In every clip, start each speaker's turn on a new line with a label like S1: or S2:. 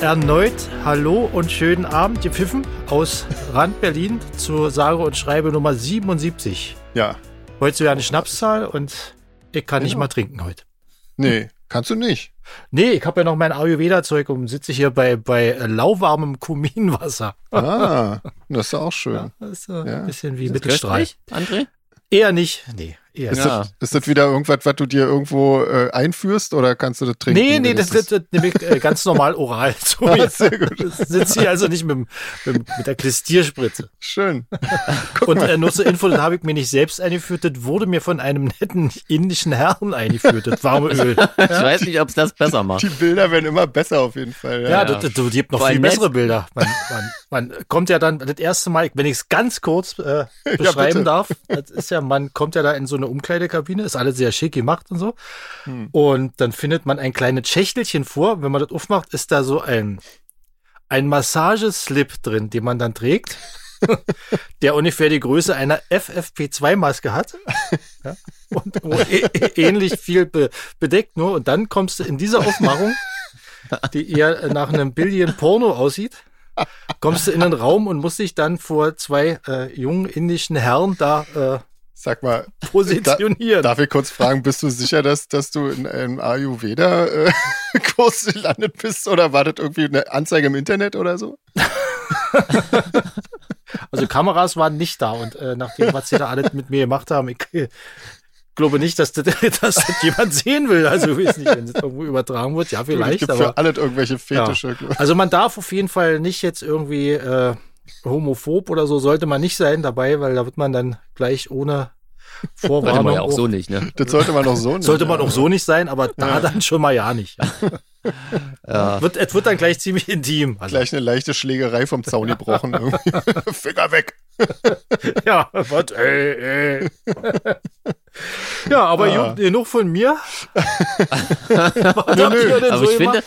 S1: erneut Hallo und schönen Abend, ihr Pfiffen aus Rand Berlin zu sage und schreibe Nummer 77.
S2: Ja.
S1: Heute wäre eine Schnapszahl und ich kann nicht
S2: Genau.
S1: mal trinken heute.
S2: Nee, kannst du nicht.
S1: Nee, ich habe ja noch mein Ayurveda-Zeug und sitze hier bei, bei lauwarmem Kuminwasser.
S2: Ah, das ist auch schön.
S1: Das ist so
S2: Ja.
S1: ein bisschen wie
S3: Ist das
S1: Mittelstreich.
S3: köstlich, André?
S1: Eher nicht. Nee, eher
S2: Ist,
S1: nicht.
S3: Ja.
S2: das, ist das wieder irgendwas, was du dir irgendwo äh, einführst oder kannst du das trinken?
S1: Nee, nee, das, das, das nehme ich äh, ganz normal oral zu mir.
S2: sehr gut.
S1: Sitze hier also nicht mit, dem- mit, dem- mit der Klistierspritze.
S2: Schön.
S1: Und äh, nur zur Info, das habe ich mir nicht selbst eingeführt, das wurde mir von einem netten indischen Herrn eingeführt, das warme Öl.
S3: Ich weiß nicht, ob es das besser macht.
S2: Die Bilder werden immer besser auf jeden Fall.
S1: Ja,
S3: Ja.
S1: Das, das, das gibt noch
S3: Vor
S1: viel
S3: allem
S1: bessere
S3: jetzt.
S1: Bilder. Man, man, man kommt ja dann das erste Mal, wenn ich es ganz kurz äh, beschreiben
S2: bitte.
S1: darf, das ist ja, man kommt ja da in so eine Umkleidekabine, ist alles sehr schick gemacht und so.
S3: Hm.
S1: Und dann findet man ein kleines Schächtelchen vor. Wenn man das aufmacht, ist da so ein, ein Massageslip drin, den man dann trägt, der ungefähr die Größe einer FFP2-Maske hat. Ja, und wo ä- ä- ähnlich viel be bedeckt nur. Und dann kommst du in dieser Aufmachung die eher äh, nach einem Billion-Porno aussieht, kommst du in den Raum und musst dich dann vor zwei äh, jungen indischen Herren da
S2: Sag mal,
S1: äh, positionieren.
S2: darf ich kurz fragen, bist du sicher, dass, dass du in einem Ayurveda-Kurs gelandet bist oder war das irgendwie eine Anzeige im Internet oder so?
S1: Also Kameras waren nicht da und äh, nachdem, was sie da alles mit mir gemacht haben, ich äh, glaube nicht, dass das, dass das jemand sehen will. Also ich weiß nicht, wenn das irgendwo übertragen wird, ja
S2: es
S1: vielleicht,
S2: gibt für
S1: aber
S2: alles irgendwelche
S1: ja.
S2: Fetische. glaub ich.
S1: also man darf auf jeden Fall nicht jetzt irgendwie äh, homophob oder so sollte man nicht sein dabei, weil da wird man dann gleich ohne
S3: Sollte
S1: Vorwarnung
S3: man ja auch
S1: auch-
S3: so nicht, ne?
S2: Das sollte man auch so nicht.
S1: Sollte man auch so nicht sein, aber da dann schon mal ja nicht. Ja.
S3: Ja.
S1: Wird, es wird dann gleich ziemlich intim. Also,
S2: Gleich eine leichte Schlägerei vom Zaun gebrochen. irgendwie. Finger weg.
S1: Ja, was, ey, ey. ja, aber
S2: Ah.
S1: genug- genug von mir.
S2: Nö, nö.
S3: Aber ich finde,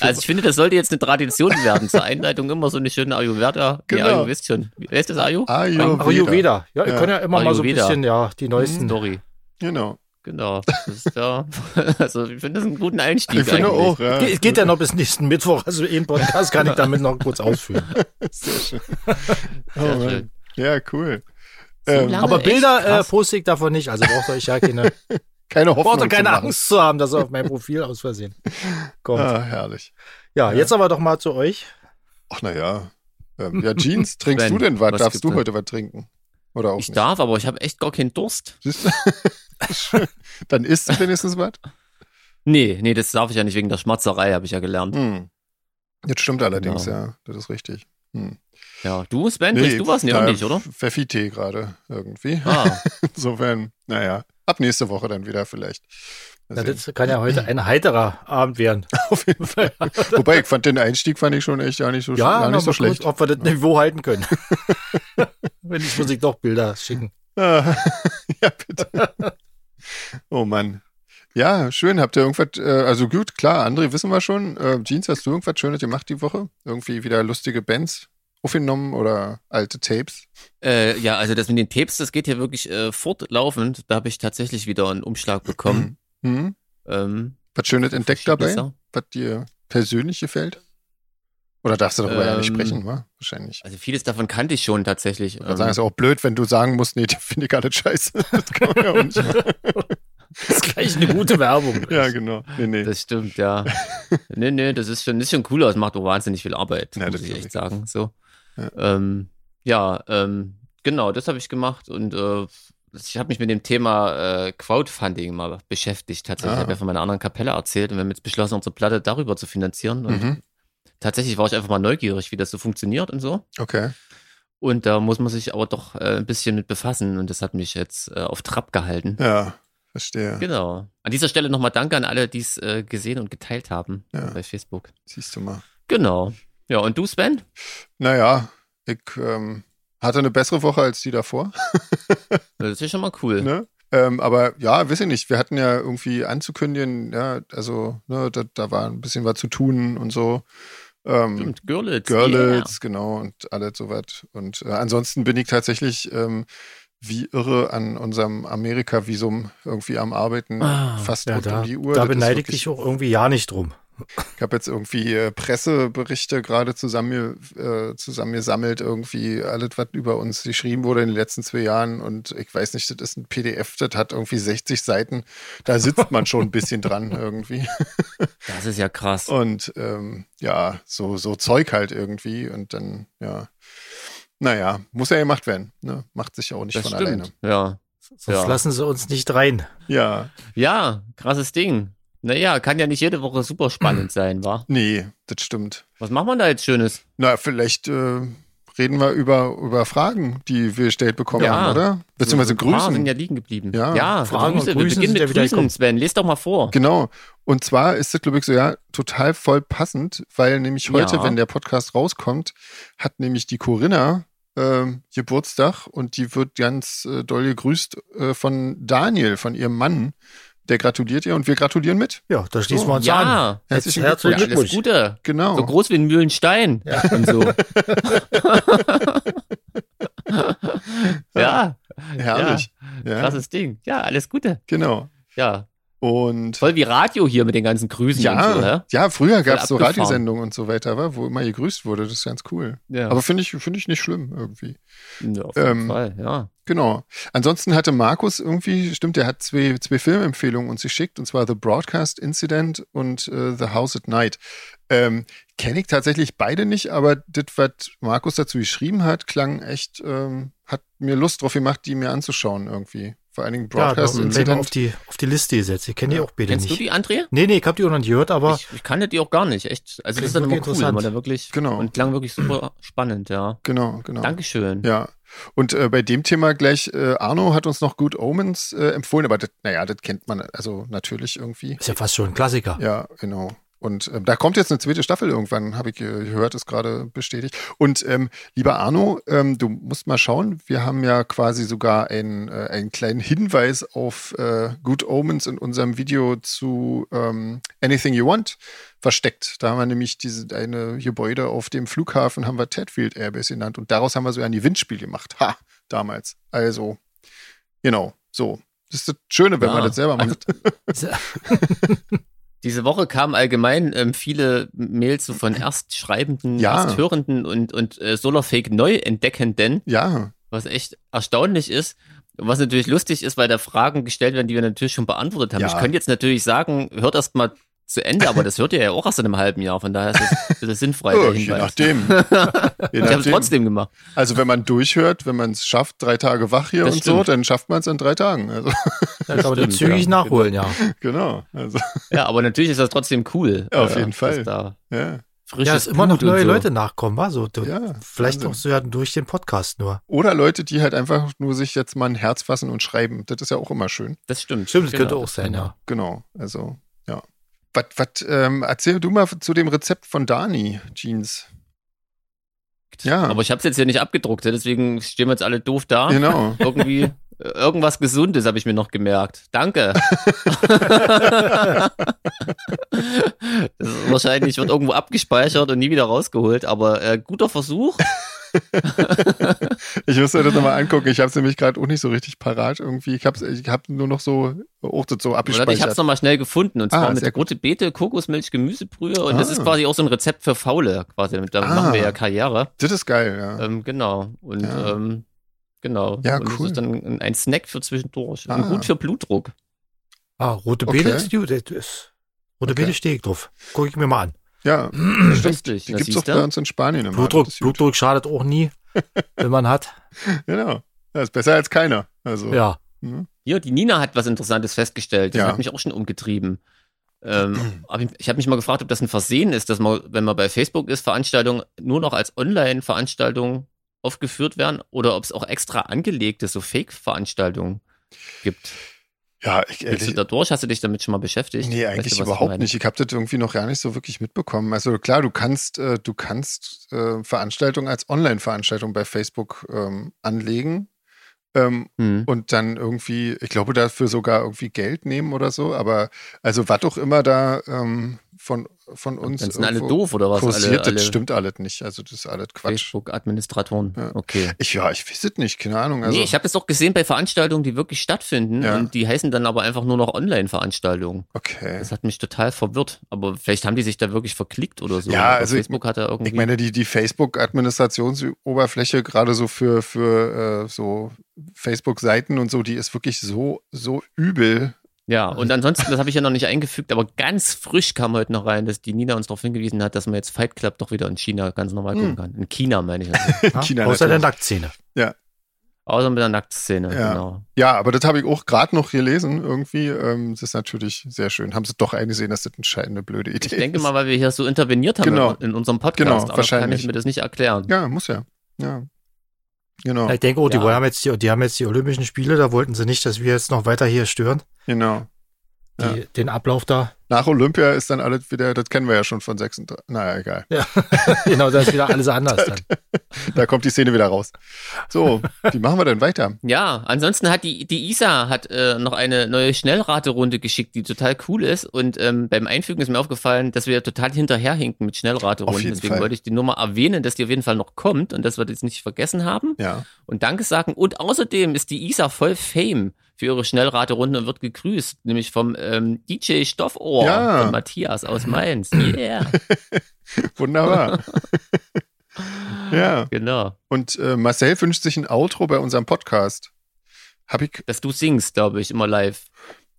S3: also ich finde, das sollte jetzt eine Tradition werden. Zur Einleitung immer so eine schöne Ayurveda.
S2: Genau. Ah.
S3: Ja, Ayu, wisst schon. Wer ist das Ayu?
S2: Ayurveda.
S1: Ayurveda. Ja, ihr könnt ja immer mal so ein
S3: Ayurveda. Hm,
S1: bisschen, ja, die neuesten.
S3: Story.
S2: Genau.
S3: Genau. Das ist, ja. Also ich finde das einen guten Einstieg.
S2: Ich finde
S3: eigentlich.
S2: auch, ja.
S1: Ge- Es geht ja noch bis nächsten Mittwoch, also jeden Podcast kann ich damit noch kurz ausführen.
S2: Oh,
S3: Sehr
S2: Mann.
S3: schön.
S2: Ja, cool.
S3: So
S2: Ähm,
S3: lange.
S1: Aber
S3: echt
S1: Bilder äh,
S3: krass.
S1: poste ich davon nicht, also braucht ihr euch ja keine,
S2: keine Hoffnung.
S1: braucht ihr keine
S2: zu machen.
S1: Angst zu haben, dass er auf mein Profil aus Versehen kommt.
S2: Ah, herrlich.
S1: ja, jetzt aber doch mal zu euch.
S2: Ach, naja. Ähm, ja, Jeans, trinkst
S3: Sven,
S2: du denn was?
S3: was
S2: Darfst
S3: gibt's
S2: du
S3: denn?
S2: heute was trinken? Oder auch
S3: Ich
S2: nicht?
S3: darf, aber ich habe echt gar keinen Durst.
S2: Siehst du? Schön. Dann isst du wenigstens was?
S3: Nee, nee, das darf ich ja nicht wegen der Schmatzerei, habe ich ja gelernt.
S2: Hm. Das stimmt allerdings,
S3: Genau.
S2: ja. Das ist richtig.
S3: Ja, du, Sven, trinkst du was? Nee, auch
S2: äh,
S3: nicht, oder?
S2: Pfeffi-Tee gerade irgendwie.
S3: Ah,
S2: Insofern, naja. Ab nächste Woche dann wieder vielleicht. Mal
S1: Na,
S2: sehen.
S1: das kann ja heute ein heiterer Abend werden.
S2: Auf jeden Fall. Wobei, ich fand den Einstieg fand ich schon echt gar nicht so,
S1: Ja,
S2: gar
S1: na,
S2: nicht so
S1: mal
S2: schlecht.
S1: Gucken, ob wir das Niveau halten können. Wenn nicht, muss ich doch Bilder schicken.
S2: Ah, ja, bitte. oh Mann. Ja, schön. Habt ihr irgendwas, äh, also gut, klar, André, wissen wir schon. Äh, Jeans, hast du irgendwas Schönes gemacht die Woche? Irgendwie wieder lustige Bands aufgenommen oder alte Tapes?
S3: Äh, ja, also das mit den Tapes, das geht hier wirklich äh, fortlaufend. Da habe ich tatsächlich wieder einen Umschlag bekommen.
S2: Hm?
S3: ähm,
S2: Was Schönes entdeckt dabei,
S3: Sachen.
S2: was dir persönlich gefällt? Oder darfst du darüber ja nicht
S3: Ähm,
S2: sprechen, wa? Wahrscheinlich.
S3: Also vieles davon kannte ich schon tatsächlich. Ähm,
S2: Ich würde sagen, ist auch blöd, wenn du sagen musst, nee, die finde ich alle scheiße. Das kann man ja auch nicht machen.
S1: Das ist gleich eine gute Werbung.
S2: Ja, genau. Nee, nee.
S3: das stimmt, ja. nee, nee, das ist schon, ist schon cool, aber es macht auch wahnsinnig viel Arbeit,
S2: Ja,
S3: muss
S2: das
S3: ich
S2: glaub
S3: echt
S2: ich.
S3: sagen. So.
S2: Ja.
S3: Ja, ähm, ja ähm, genau, das habe ich gemacht und äh, ich habe mich mit dem Thema äh, Crowdfunding mal beschäftigt tatsächlich.
S2: Ah.
S3: Ich habe ja von meiner anderen Kapelle erzählt und wir haben jetzt beschlossen, unsere Platte darüber zu finanzieren. Und
S2: Mhm.
S3: tatsächlich war ich einfach mal neugierig, wie das so funktioniert und so.
S2: Okay.
S3: Und da muss man sich aber doch äh, ein bisschen mit befassen und das hat mich jetzt äh, auf Trab gehalten.
S2: Ja, verstehe.
S3: Genau. An dieser Stelle nochmal Danke an alle, die es äh, gesehen und geteilt haben
S2: Ja.
S3: bei Facebook.
S2: Siehst du mal.
S3: Genau. Ja, und du, Sven?
S2: Naja, ich ähm, hatte eine bessere Woche als die davor.
S3: Das ist ja schon mal cool.
S2: Ne? Ähm, aber ja, weiß ich nicht. Wir hatten ja irgendwie anzukündigen, ja, also ne, da, da war ein bisschen was zu tun und so. Ähm,
S3: Stimmt, Görlitz.
S2: Görlitz, genau, und alles sowas. Und äh, ansonsten bin ich tatsächlich ähm, wie irre an unserem Amerika-Visum irgendwie am Arbeiten,
S3: Ah,
S2: fast
S1: Ja,
S2: rund
S1: da,
S2: um die Uhr.
S1: da
S2: Das ist
S1: beneide ich
S2: wirklich-
S1: dich auch irgendwie ja nicht drum.
S2: Ich habe jetzt irgendwie äh, Presseberichte gerade zusammenge äh, zusammengesammelt, irgendwie alles, was über uns geschrieben wurde in den letzten zwei Jahren. Und ich weiß nicht, das ist ein PDF, das hat irgendwie 60 Seiten. Da sitzt man schon ein bisschen dran irgendwie.
S3: Das ist ja krass.
S2: Und ähm, ja, so, so Zeug halt irgendwie. Und dann, ja. Naja, muss ja gemacht werden. Ne? Macht sich ja auch nicht
S3: Das
S2: von
S3: stimmt.
S2: alleine.
S3: Ja.
S1: Sonst
S3: Ja.
S1: lassen sie uns nicht rein.
S2: Ja,
S3: ja, krasses Ding. Naja, kann ja nicht jede Woche super spannend sein, wa?
S2: nee, das stimmt.
S3: Was machen wir da jetzt Schönes?
S2: Na, vielleicht äh, reden wir über, über Fragen, die wir gestellt bekommen
S3: Ja.
S2: haben, oder? Beziehungsweise
S3: Ein paar
S2: grüßen.
S3: sind ja liegen geblieben.
S2: Ja.
S1: Fragen und
S3: Grüße.
S1: Grüßen
S3: Wir beginnen
S1: sind ja
S3: mit
S1: wieder gekommen.
S3: Grüßen, Sven. Lest doch mal vor.
S2: Genau. Und zwar ist das, glaube ich, so ja total voll passend, weil nämlich heute,
S3: Ja.
S2: wenn der Podcast rauskommt, hat nämlich die Corinna ähm, Geburtstag und die wird ganz äh, doll gegrüßt äh, von Daniel, von ihrem Mann. Der gratuliert ihr und wir gratulieren mit.
S1: Ja, da schließen wir
S2: Genau.
S1: uns an.
S3: ja,
S2: Herzlichen
S1: Jetzt
S2: Glückwunsch.
S3: ja,
S1: herzlichen Glückwunsch.
S3: alles Gute.
S2: Genau.
S3: So groß wie ein Mühlenstein. Und so. ja,
S2: Herrlich. Ja,
S3: krasses Ding. Ja, alles Gute.
S2: genau.
S3: Ja,
S2: Und
S3: voll wie Radio hier mit den ganzen Grüßen und so,
S2: ja,
S3: hä?
S2: ja, früher gab es so
S3: abgefahren.
S2: Radiosendungen und so weiter, wa, wo immer gegrüßt wurde. Das ist ganz cool.
S3: Ja,
S2: Aber finde ich, finde ich nicht schlimm irgendwie.
S3: ja auf jeden
S2: ähm,
S3: Fall, ja.
S2: Genau. Ansonsten hatte Markus irgendwie, stimmt, der hat zwei, zwei Filmempfehlungen uns geschickt, und zwar The Broadcast Incident und äh, The House at Night. Ähm, Kenne ich tatsächlich beide nicht, aber das, was Markus dazu geschrieben hat, klang echt, ähm, hat mir Lust drauf gemacht, die mir anzuschauen irgendwie. Vor allen Dingen
S1: Ja,
S2: Broadcast
S1: da werden wir auf
S2: Incident.
S1: die, auf die Liste gesetzt. Ihr kennt die auch beide
S3: Kennst du
S1: nicht.
S3: die, André?
S1: Nee, nee, ich hab die auch noch nicht gehört, aber
S3: Ich, ich kannte die auch gar nicht, echt. Also das
S1: Klingt
S3: ist dann immer
S1: wirklich
S3: cool, wenn man
S1: interessant.
S3: da wirklich
S2: Genau.
S3: und klang wirklich super spannend, ja.
S2: Genau, genau.
S3: Dankeschön.
S2: Ja. Und äh, bei dem Thema gleich, äh, Arno hat uns noch Good Omens äh, empfohlen, aber das, naja, das kennt man also natürlich irgendwie.
S1: ist ja fast schon ein Klassiker.
S2: Ja, genau. Und ähm, da kommt jetzt eine zweite Staffel irgendwann, habe ich ge- gehört, ist gerade bestätigt. Und ähm, lieber Arno, ähm, du musst mal schauen, wir haben ja quasi sogar einen, äh, einen kleinen Hinweis auf äh, Good Omens in unserem Video zu ähm, Anything You Want versteckt. Da haben wir nämlich diese eine Gebäude auf dem Flughafen, haben wir Tedfield Airbase genannt. Und daraus haben wir so ein Gewinnspiel gemacht. Ha, damals. Also, genau, so. Das ist das Schöne, wenn
S3: Ja,
S2: man das selber
S3: also-
S2: macht.
S3: Diese Woche kamen allgemein ähm, viele Mails so von Erstschreibenden,
S2: Ja.
S3: Ersthörenden und, und äh, Solarfake Neuentdeckenden,
S2: ja,
S3: was echt erstaunlich ist. Und Was natürlich lustig ist, weil da Fragen gestellt werden, die wir natürlich schon beantwortet haben.
S2: Ja.
S3: Ich könnte jetzt natürlich sagen, hört erst mal zu Ende, aber das hört ihr ja auch erst in einem halben Jahr. Von daher ist das ein bisschen sinnfrei.
S2: oh,
S3: der
S2: je
S3: Hinweis.
S2: nachdem. Je
S3: Ich habe es
S2: nachdem.
S3: trotzdem gemacht.
S2: Also wenn man durchhört, wenn man es schafft, drei Tage wach hier
S3: Das
S2: und so,
S3: stimmt.
S2: dann schafft man es in drei Tagen. Also
S1: Da kann man die
S3: Stimmt,
S1: zügig
S3: ja.
S1: nachholen, ja.
S2: genau. Also
S3: Ja, aber natürlich ist das trotzdem cool.
S2: Ja, auf
S3: äh,
S2: jeden Fall.
S3: dass Da
S2: ja.
S3: frisches
S1: Ja, dass immer noch
S3: Blut und
S1: neue
S3: so.
S1: Leute nachkommen, war so. Du,
S2: Ja,
S1: vielleicht
S2: Wahnsinn.
S1: auch so ja, durch den Podcast nur.
S2: Oder Leute, die halt einfach nur sich jetzt mal ein Herz fassen und schreiben. Das ist ja auch immer schön.
S3: Das stimmt.
S1: Stimmt, das
S3: Genau,
S1: könnte auch sein,
S3: kann
S1: ja.
S2: Genau. Also ja. Was, was? Ähm, erzähl du mal zu dem Rezept von Dani Jeans. Ja.
S3: Aber ich habe es jetzt hier nicht abgedruckt, deswegen stehen wir jetzt alle doof da.
S2: Genau.
S3: Irgendwie äh, irgendwas Gesundes habe ich mir noch gemerkt. Danke. das ist wahrscheinlich wird irgendwo abgespeichert und nie wieder rausgeholt, aber äh, guter Versuch.
S2: Ich muss mir das nochmal angucken. Ich habe es nämlich gerade auch nicht so richtig parat irgendwie. Ich habe ich hab nur noch so, auch das so
S3: Oder ich habe es
S2: abgespeichert.
S3: nochmal schnell gefunden und
S2: Ah,
S3: zwar
S2: sehr
S3: mit
S2: gut.
S3: rote Beete, Kokosmilch, Gemüsebrühe und das
S2: Ah.
S3: ist quasi auch so ein Rezept für Faule quasi. Damit damit
S2: Ah.
S3: machen wir ja Karriere.
S2: Das ist geil, ja.
S3: Ähm, genau. Und
S2: Ja.
S3: ähm, genau.
S2: Ja,
S3: und
S2: cool.
S3: Das ist dann ein- ein Snack für zwischendurch.
S2: Ah.
S3: Und gut für Blutdruck.
S1: Ah, rote
S2: Okay.
S1: Beete ist gut. das ist- Rote
S2: Okay.
S1: Beete stehe ich drauf. Gucke ich mir mal an.
S2: Ja, stimmt.
S3: Richtig,
S2: Die
S3: das
S2: gibt es auch
S3: siehst du.
S2: bei uns in Spanien immer.
S1: Blutdruck,
S2: Das ist gut.
S1: Blutdruck schadet auch nie, wenn man hat.
S2: Genau. Das ist besser als keiner. Also.
S1: Ja.
S3: Ja, die Nina hat was Interessantes festgestellt. Das
S2: Ja.
S3: hat mich auch schon umgetrieben. Ähm, aber ich ich habe mich mal gefragt, ob das ein Versehen ist, dass man, wenn man bei Facebook ist, Veranstaltungen nur noch als Online-Veranstaltungen aufgeführt werden oder ob es auch extra angelegte, so Fake-Veranstaltungen gibt.
S2: Ja, ich,
S3: Bist du
S2: ehrlich,
S3: da durch? Hast du dich damit schon mal beschäftigt?
S2: nee, eigentlich
S3: Weißt du, was ich
S2: überhaupt
S3: meine?
S2: nicht. Ich habe das irgendwie noch gar nicht so wirklich mitbekommen. Also klar, du kannst, äh, du kannst äh, Veranstaltungen als Online-Veranstaltung bei Facebook ähm, anlegen ähm,
S3: Hm.
S2: und dann irgendwie, ich glaube, dafür sogar irgendwie Geld nehmen oder so. Aber also was auch immer da ähm, von, von uns
S3: Dann sind alle
S2: irgendwo
S3: doof oder was?
S2: kursiert.
S3: Alle, alle
S2: Das stimmt alles nicht. Also das ist alles Quatsch.
S3: Facebook-Administratoren.
S2: Ja.
S3: Okay.
S2: Ich, ja, ich weiß es nicht, keine Ahnung. Also,
S3: nee, ich habe das doch gesehen bei Veranstaltungen, die wirklich stattfinden
S2: Ja.
S3: und die heißen dann aber einfach nur noch Online-Veranstaltungen.
S2: okay.
S3: Das hat mich total verwirrt. Aber vielleicht haben die sich da wirklich verklickt oder so.
S2: Ja,
S3: Aber
S2: also ich-
S3: Facebook hat da irgendwie.
S2: Ich meine, die, die Facebook-Administrationsoberfläche, gerade so für, für äh, so Facebook-Seiten und so, die ist wirklich so, so übel.
S3: ja, und ansonsten, das habe ich ja noch nicht eingefügt, aber ganz frisch kam heute noch rein, dass die Nina uns darauf hingewiesen hat, dass man jetzt Fight Club doch wieder in China ganz normal gucken
S2: Hm.
S3: kann. In China meine ich. Also.
S1: Ja?
S2: China
S1: Außer der
S2: natürlich.
S1: Nacktszene.
S3: Außer mit der Nacktszene,
S2: Ja.
S3: genau.
S2: Ja, aber das habe ich auch gerade noch gelesen irgendwie. Ähm, das ist natürlich sehr schön. Haben sie doch eingesehen, dass das entscheidende blöde Idee
S3: Ich denke
S2: ist.
S3: mal, weil wir hier so interveniert haben
S2: Genau.
S3: in unserem Podcast,
S2: Genau,
S3: aber kann
S2: wahrscheinlich.
S3: ich mir das nicht erklären.
S2: Ja, muss ja. Ja. Genau,
S1: Ja, Ich denke, oh, die,
S3: Ja.
S1: wollen- haben jetzt die, die haben jetzt die Olympischen Spiele, da wollten sie nicht, dass wir jetzt noch weiter hier stören.
S2: genau.
S1: Die,
S2: Ja.
S1: Den Ablauf da.
S2: Nach Olympia ist dann alles wieder, das kennen wir ja schon von 36. Naja, egal.
S1: Genau, da ist wieder alles anders dann.
S2: Da kommt die Szene wieder raus. So, wie machen wir denn weiter?
S3: Ja, ansonsten hat die, die Isa hat äh, noch eine neue Schnellraterunde geschickt, die total cool ist. Und ähm, beim Einfügen ist mir aufgefallen, dass wir total hinterherhinken mit
S2: Auf
S3: Schnellraterunden.
S2: jeden
S3: Deswegen
S2: Fall.
S3: wollte ich die Nummer erwähnen, dass die auf jeden Fall noch kommt und dass wir das nicht vergessen haben
S2: Ja.
S3: und Danke sagen. Und außerdem ist die Isa voll Fame für ihre Schnellraterunde und wird gegrüßt, nämlich vom ähm, DJ Stoffohr
S2: Ja.
S3: von Matthias aus Mainz. Yeah,
S2: Wunderbar. ja.
S3: genau.
S2: Und äh, Marcel wünscht sich ein Outro bei unserem Podcast. Hab ich,
S3: Dass du singst, glaube ich, immer live.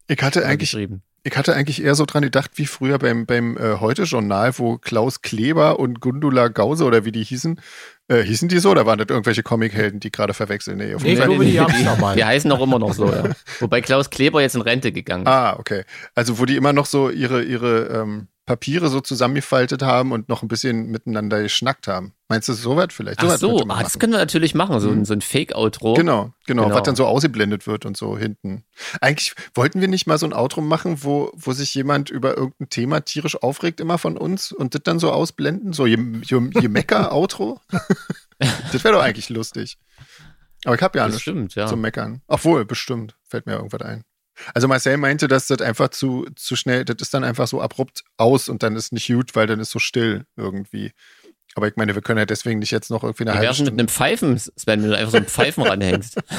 S2: ich hatte eigentlich
S3: geschrieben.
S2: Ich hatte eigentlich eher so dran gedacht, wie früher beim, beim äh, Heute-Journal, wo Klaus Kleber und Gundula Gause oder wie die hießen, äh, hießen die so oder waren das irgendwelche Comichelden, die gerade verwechseln? Nee, auf
S1: Nee,
S2: jeden Fall.
S1: glaube, die haben's noch mal.
S3: Wir heißen auch immer noch so, ja. Wobei Klaus Kleber jetzt in Rente gegangen ist.
S2: Ah, okay. Also, wo die immer noch so ihre, ihre ähm, Papiere so zusammengefaltet haben und noch ein bisschen miteinander geschnackt haben. Meinst du, so weit vielleicht?
S3: Ach
S2: was
S3: so,
S2: könnte man
S3: ah, das
S2: machen.
S3: können wir natürlich machen, so, ein- so ein Fake-Outro.
S2: Genau, genau,
S3: Genau.
S2: was dann so ausgeblendet wird und so hinten. Eigentlich wollten wir nicht mal so ein Outro machen, wo, wo sich jemand über irgendein Thema tierisch aufregt, immer von uns und das dann so ausblenden, so je, je, je mecker Outro. das wäre doch eigentlich lustig. Aber ich habe ja
S3: Das
S2: nichts
S3: stimmt, ja.
S2: zum Meckern. Obwohl, bestimmt, fällt mir irgendwas ein. Also Marcel meinte, dass das einfach zu, zu schnell, das ist dann einfach so abrupt aus und dann ist nicht gut, weil dann ist so still irgendwie. Aber ich meine, wir können ja deswegen nicht jetzt noch irgendwie eine
S3: Wir
S2: halbe
S3: werfen mit
S2: Stunde.
S3: einem Pfeifen, Sven, wenn du einfach so einen Pfeifen ranhängst.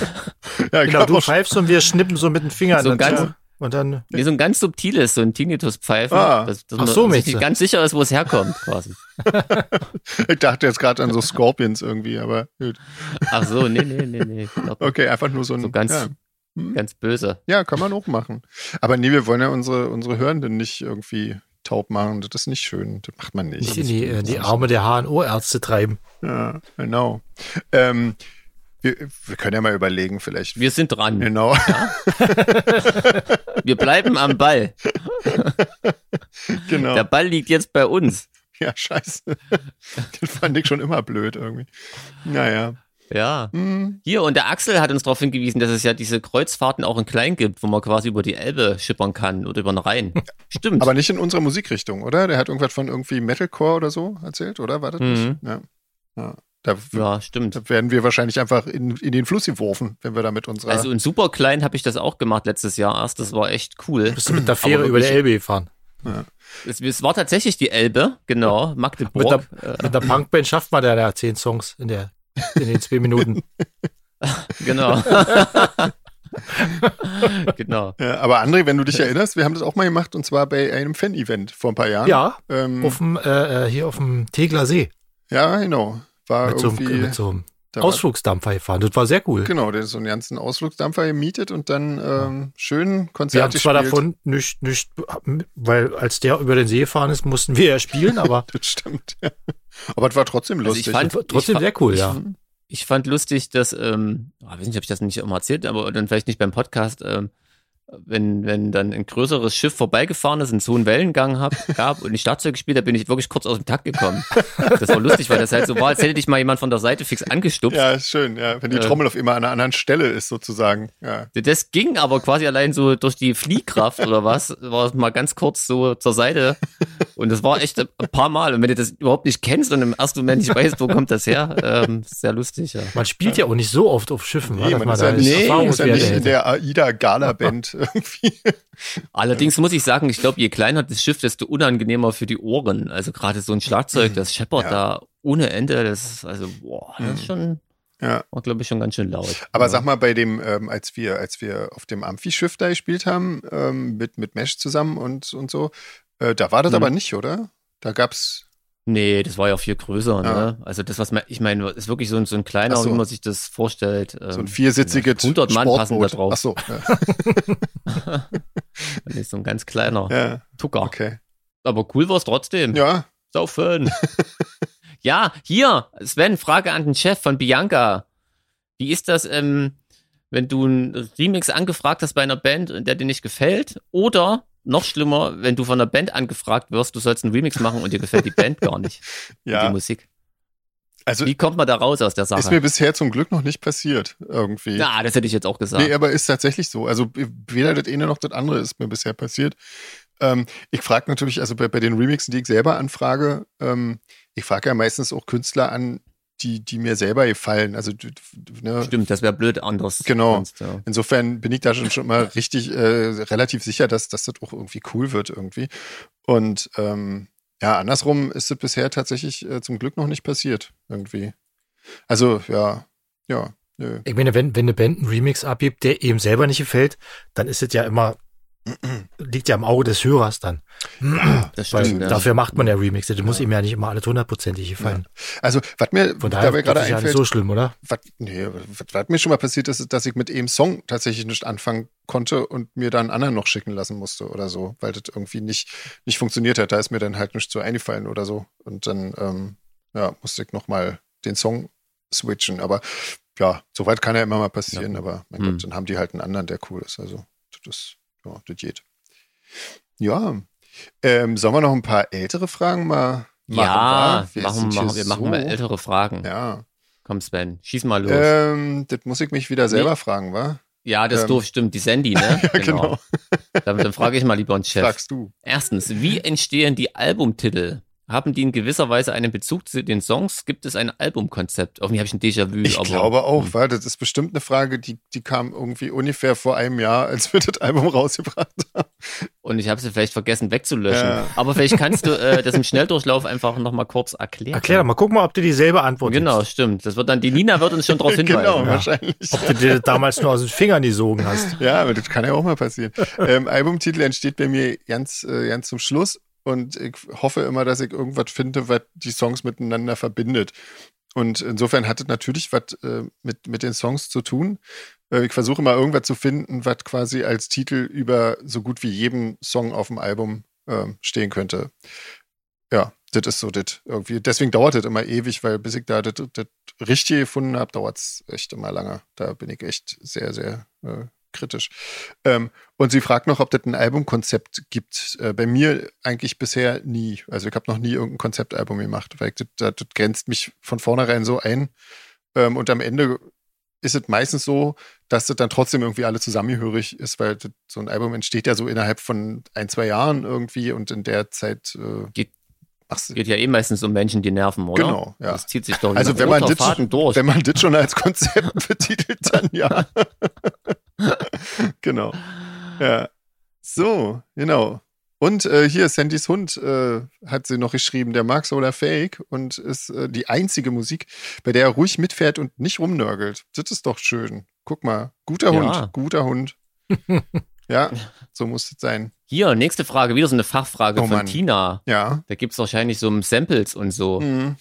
S2: Ja,
S1: Genau,
S2: ich glaub
S1: du
S2: auch schon.
S1: pfeifst und wir schnippen so mit dem Finger
S3: So
S1: an der
S3: ganz-
S1: Tür. Und dann,
S3: Nee, so ein ganz subtiles, so ein Tinnitus-Pfeifen,
S2: Ah.
S3: dass, dass
S1: Ach
S3: man
S1: so,
S3: sich
S1: meinst du?
S3: nicht ganz sicher ist, wo es herkommt, quasi.
S2: Ich dachte jetzt gerade an so Scorpions irgendwie, aber gut.
S3: Ach so, nee, nee, nee, nee. Ich glaub,
S2: Okay, einfach nur so ein.
S3: So ganz,
S2: ja. Hm.
S3: ganz böse.
S2: ja, kann man auch machen. Aber nee, wir wollen ja unsere, unsere Hörenden nicht irgendwie taub machen. Das ist nicht schön. Das macht man nicht.
S1: nicht in die, in die Arme der HNO-Ärzte treiben.
S2: Ja, genau. Ähm, wir, wir können ja mal überlegen, vielleicht.
S3: Wir sind dran.
S2: Genau.
S3: Wir bleiben am Ball.
S2: genau.
S3: Der Ball liegt jetzt bei uns.
S2: Ja, scheiße. Das fand ich schon immer blöd irgendwie. Naja.
S3: Ja.
S2: Hm.
S3: Hier, und der Axel hat uns darauf hingewiesen, dass es ja diese Kreuzfahrten auch in Klein gibt, wo man quasi über die Elbe schippern kann oder über den Rhein. Stimmt.
S2: Aber nicht in unserer Musikrichtung, oder? Der hat irgendwas von irgendwie Metalcore oder so erzählt, oder? War das
S3: Mhm.
S2: nicht? Ja. ja. Da
S3: ja, stimmt.
S2: Da werden wir wahrscheinlich einfach in, in den Fluss geworfen, wenn wir da mit unserer.
S3: Also in super klein habe ich das auch gemacht letztes Jahr erst. Das war echt cool.
S1: Bist du mit der Fähre
S3: Aber
S1: über der Elbe gefahren.
S3: Es, es war tatsächlich die Elbe, genau, Magdeburg.
S1: Mit Mit der Punkband schafft man da ja zehn Songs in, der, in den zwei Minuten.
S3: äh, genau. genau.
S2: Äh, aber André, wenn du dich erinnerst, wir haben das auch mal gemacht und zwar bei einem Fan-Event vor ein paar Jahren.
S1: Ja,
S2: ähm,
S1: auf dem, äh, äh, hier auf dem Tegler See
S2: ja genau. War
S1: mit so,
S2: irgendwie.
S1: einem, mit so einem
S2: da war,
S1: Ausflugsdampfer gefahren. Das war sehr cool.
S2: genau, der hat so einen ganzen Ausflugsdampfer gemietet und dann ähm, schön
S1: Wir
S2: Konzerte
S1: haben zwar
S2: gespielt.
S1: davon nicht, nicht, weil als der über den See gefahren ist, mussten wir ja spielen, aber
S2: Das stimmt. ja. aber es war trotzdem
S3: Also ich
S2: lustig.
S3: fand,
S1: trotzdem
S3: ich, fa-
S1: sehr cool, ja.
S3: ich fand lustig, dass, ähm, ah, weiß nicht, ob ich das nicht immer erzählt, habe, aber dann vielleicht nicht beim Podcast, ähm, wenn, wenn dann ein größeres Schiff vorbeigefahren ist, einen hohen Wellengang hab, gab und ich Schlagzeug gespielt habe, bin ich wirklich kurz aus dem Takt gekommen. Das war lustig, weil das halt so war, als hätte dich mal jemand von der Seite fix angestupst.
S2: ja, ist schön, ja. Wenn die
S3: Äh.
S2: Trommel auf immer an einer anderen Stelle ist, sozusagen. Ja.
S3: Das ging aber quasi allein so durch die Fliehkraft oder was, war es mal ganz kurz so zur Seite Und das war echt ein paar Mal. Und wenn du das überhaupt nicht kennst und im ersten Moment nicht weißt, wo kommt das her, ähm, sehr lustig, ja.
S1: Man spielt ja auch nicht so oft auf Schiffen,
S2: Nee, man ist ja
S1: als
S2: nicht, man ist ja
S1: Erfahrungswerte
S2: nicht in
S1: hält.
S2: der AIDA-Gala-Band irgendwie.
S3: Allerdings muss ich sagen, ich glaube, je kleiner das Schiff, desto unangenehmer für die Ohren. Also gerade so ein Schlagzeug, das scheppert
S2: Ja. Mhm.
S3: da ohne Ende. Das ist also, boah, das ist schon,
S2: Ja.
S3: war, glaube ich, schon ganz schön laut.
S2: Aber
S3: ja.
S2: sag mal, bei dem, ähm, als wir, als wir auf dem Amphi-Schiff da gespielt haben, ähm, mit, mit Mesh zusammen und, und so, äh, da war das
S3: Mhm.
S2: aber nicht, oder? Da gab's.
S3: Nee, das war ja viel größer,
S2: Ja.
S3: ne? Also das, was man, ich meine, ist wirklich so ein, so ein kleiner,
S2: Ach so.
S3: wie man sich das vorstellt.
S2: So
S3: ähm,
S2: ein viersitziges
S3: 100 Mann
S2: Sportboot.
S3: passen da drauf.
S2: Ach so, ja.
S3: nee, so ein ganz kleiner
S2: ja,
S3: Tucker.
S2: okay.
S3: Aber cool war es trotzdem.
S2: Ja,
S3: Saufen. ja, hier, Sven, Frage an den Chef von Bianca. Wie ist das, ähm, wenn du einen Remix angefragt hast bei einer Band, der dir nicht gefällt? Oder noch schlimmer, wenn du von einer Band angefragt wirst, du sollst einen Remix machen und dir gefällt die Band gar nicht, die
S2: ja.
S3: Musik.
S2: Also
S3: Wie kommt man da raus aus der
S2: ist mir
S3: Sache?
S2: bisher zum Glück noch nicht passiert, irgendwie.
S3: Na, das hätte ich jetzt auch gesagt.
S2: Nee, aber ist tatsächlich so. Also weder das eine noch das andere ist mir bisher passiert. Ähm, ich frage natürlich, also bei, bei den Remixen, die ich selber anfrage, ähm, ich frage ja meistens auch Künstler an, die, die mir selber gefallen. Also d- d- ne,
S3: Stimmt, das wäre blöd anders.
S2: Genau.
S3: Sonst, ja.
S2: insofern bin ich da schon, schon mal richtig äh, relativ sicher, dass, dass das auch irgendwie cool wird irgendwie. Und ähm, ja, andersrum ist das bisher tatsächlich äh, zum Glück noch nicht passiert irgendwie. Also ja, ja, nö.
S1: Ich meine, wenn, wenn eine Band einen Remix abgibt, der ihm selber nicht gefällt, dann ist es ja immer, liegt ja im Auge des Hörers dann.
S3: Das
S1: Weil
S3: stimmt, ja.
S1: dafür macht man ja Remixe. Das muss ihm ja nicht immer alles hundertprozentig gefallen.
S2: Also, was mir
S1: Von daher
S2: dabei
S1: ist
S2: gerade
S1: das ist ja
S2: einfällt,
S1: nicht so schlimm, oder?
S2: was, nee, was, was mir schon mal passiert ist, ist, dass ich mit dem Song tatsächlich nicht anfangen konnte und mir dann einen anderen noch schicken lassen musste oder so, weil das irgendwie nicht, nicht funktioniert hat. Da ist mir dann halt nichts zu eingefallen oder so. Und dann ähm, ja, musste ich nochmal den Song switchen. Aber ja, soweit kann ja immer mal passieren, aber mein
S3: Hm.
S2: Gott, dann haben die halt einen anderen, der cool ist. Also, das ist, ja, das geht. Ja. Ähm, sollen wir noch ein paar ältere Fragen mal machen?
S3: ja,
S2: wa?
S3: machen,
S2: sind hier
S3: machen, wir machen mal ältere Fragen.
S2: Ja.
S3: Komm, Sven, schieß mal los.
S2: Ähm, das muss ich mich wieder selber
S3: Nee.
S2: fragen, wa?
S3: ja, das
S2: ähm,
S3: ist doof, stimmt. Die Sandy, ne?
S2: Ja, genau.
S3: Dann, dann frage ich mal lieber einen Chef.
S2: Fragst du.
S3: Erstens, wie entstehen die Albumtitel? Haben die in gewisser Weise einen Bezug zu den Songs? Gibt es ein Albumkonzept? Irgendwie habe ich ein Déjà-vu.
S2: Ich
S3: aber-
S2: glaube auch, wa? Das ist bestimmt eine Frage, die, die kam irgendwie ungefähr vor einem Jahr, als wir das Album rausgebracht haben.
S3: Und ich habe sie vielleicht vergessen wegzulöschen.
S2: Ja.
S3: Aber vielleicht kannst du äh, das im Schnelldurchlauf einfach nochmal kurz erklären.
S1: Erklär doch mal, guck mal, ob du dieselbe Antwort
S3: Genau, stimmt. Das wird dann, die Nina wird uns schon darauf hinweisen.
S2: genau,
S1: ja.
S2: wahrscheinlich.
S1: Ob du dir das damals nur aus den Fingern gesogen hast.
S2: Ja, aber das kann ja auch mal passieren. ähm, Albumtitel entsteht bei mir ganz, äh, ganz zum Schluss und ich hoffe immer, dass ich irgendwas finde, was die Songs miteinander verbindet. Und insofern hat es natürlich was äh, mit, mit den Songs zu tun. Äh, ich versuche immer irgendwas zu finden, was quasi als Titel über so gut wie jedem Song auf dem Album ähm, stehen könnte. Ja, das ist so das irgendwie. Deswegen dauert das immer ewig, weil bis ich da das das Richtige gefunden habe, dauert es echt immer lange. Da bin ich echt sehr, sehr äh, kritisch. Ähm, und sie fragt noch, ob das ein Albumkonzept gibt. Äh, bei mir eigentlich bisher nie. Also ich habe noch nie irgendein Konzeptalbum gemacht, weil ich, das, das, das grenzt mich von vornherein so ein. Ähm, und am Ende ist es meistens so, dass das dann trotzdem irgendwie alle zusammengehörig ist, weil das, so ein Album entsteht ja so innerhalb von ein, zwei Jahren irgendwie und in der Zeit äh,
S3: Geht-
S2: machst du-
S3: Geht ja eh meistens um Menschen, die nerven, oder?
S2: Genau, ja.
S3: Das zieht sich doch
S2: Also
S3: wie
S2: wenn
S3: ein
S2: man
S3: roter
S2: das-
S3: Faden durch.
S2: Wenn man das schon als Konzept betitelt, dann ja. genau. Ja. So, genau. Und äh, hier, Sandys Hund äh, hat sie noch geschrieben, der mag Solar Fake und ist äh, die einzige Musik, bei der er ruhig mitfährt und nicht rumnörgelt. Das ist doch schön. Guck mal, guter
S3: Ja.
S2: Hund, guter Hund. ja, so muss es sein.
S3: Hier, nächste Frage, wieder so eine Fachfrage
S2: Oh
S3: von
S2: Mann.
S3: Tina.
S2: Ja.
S3: Da gibt's wahrscheinlich so um Samples und so.
S2: Mhm.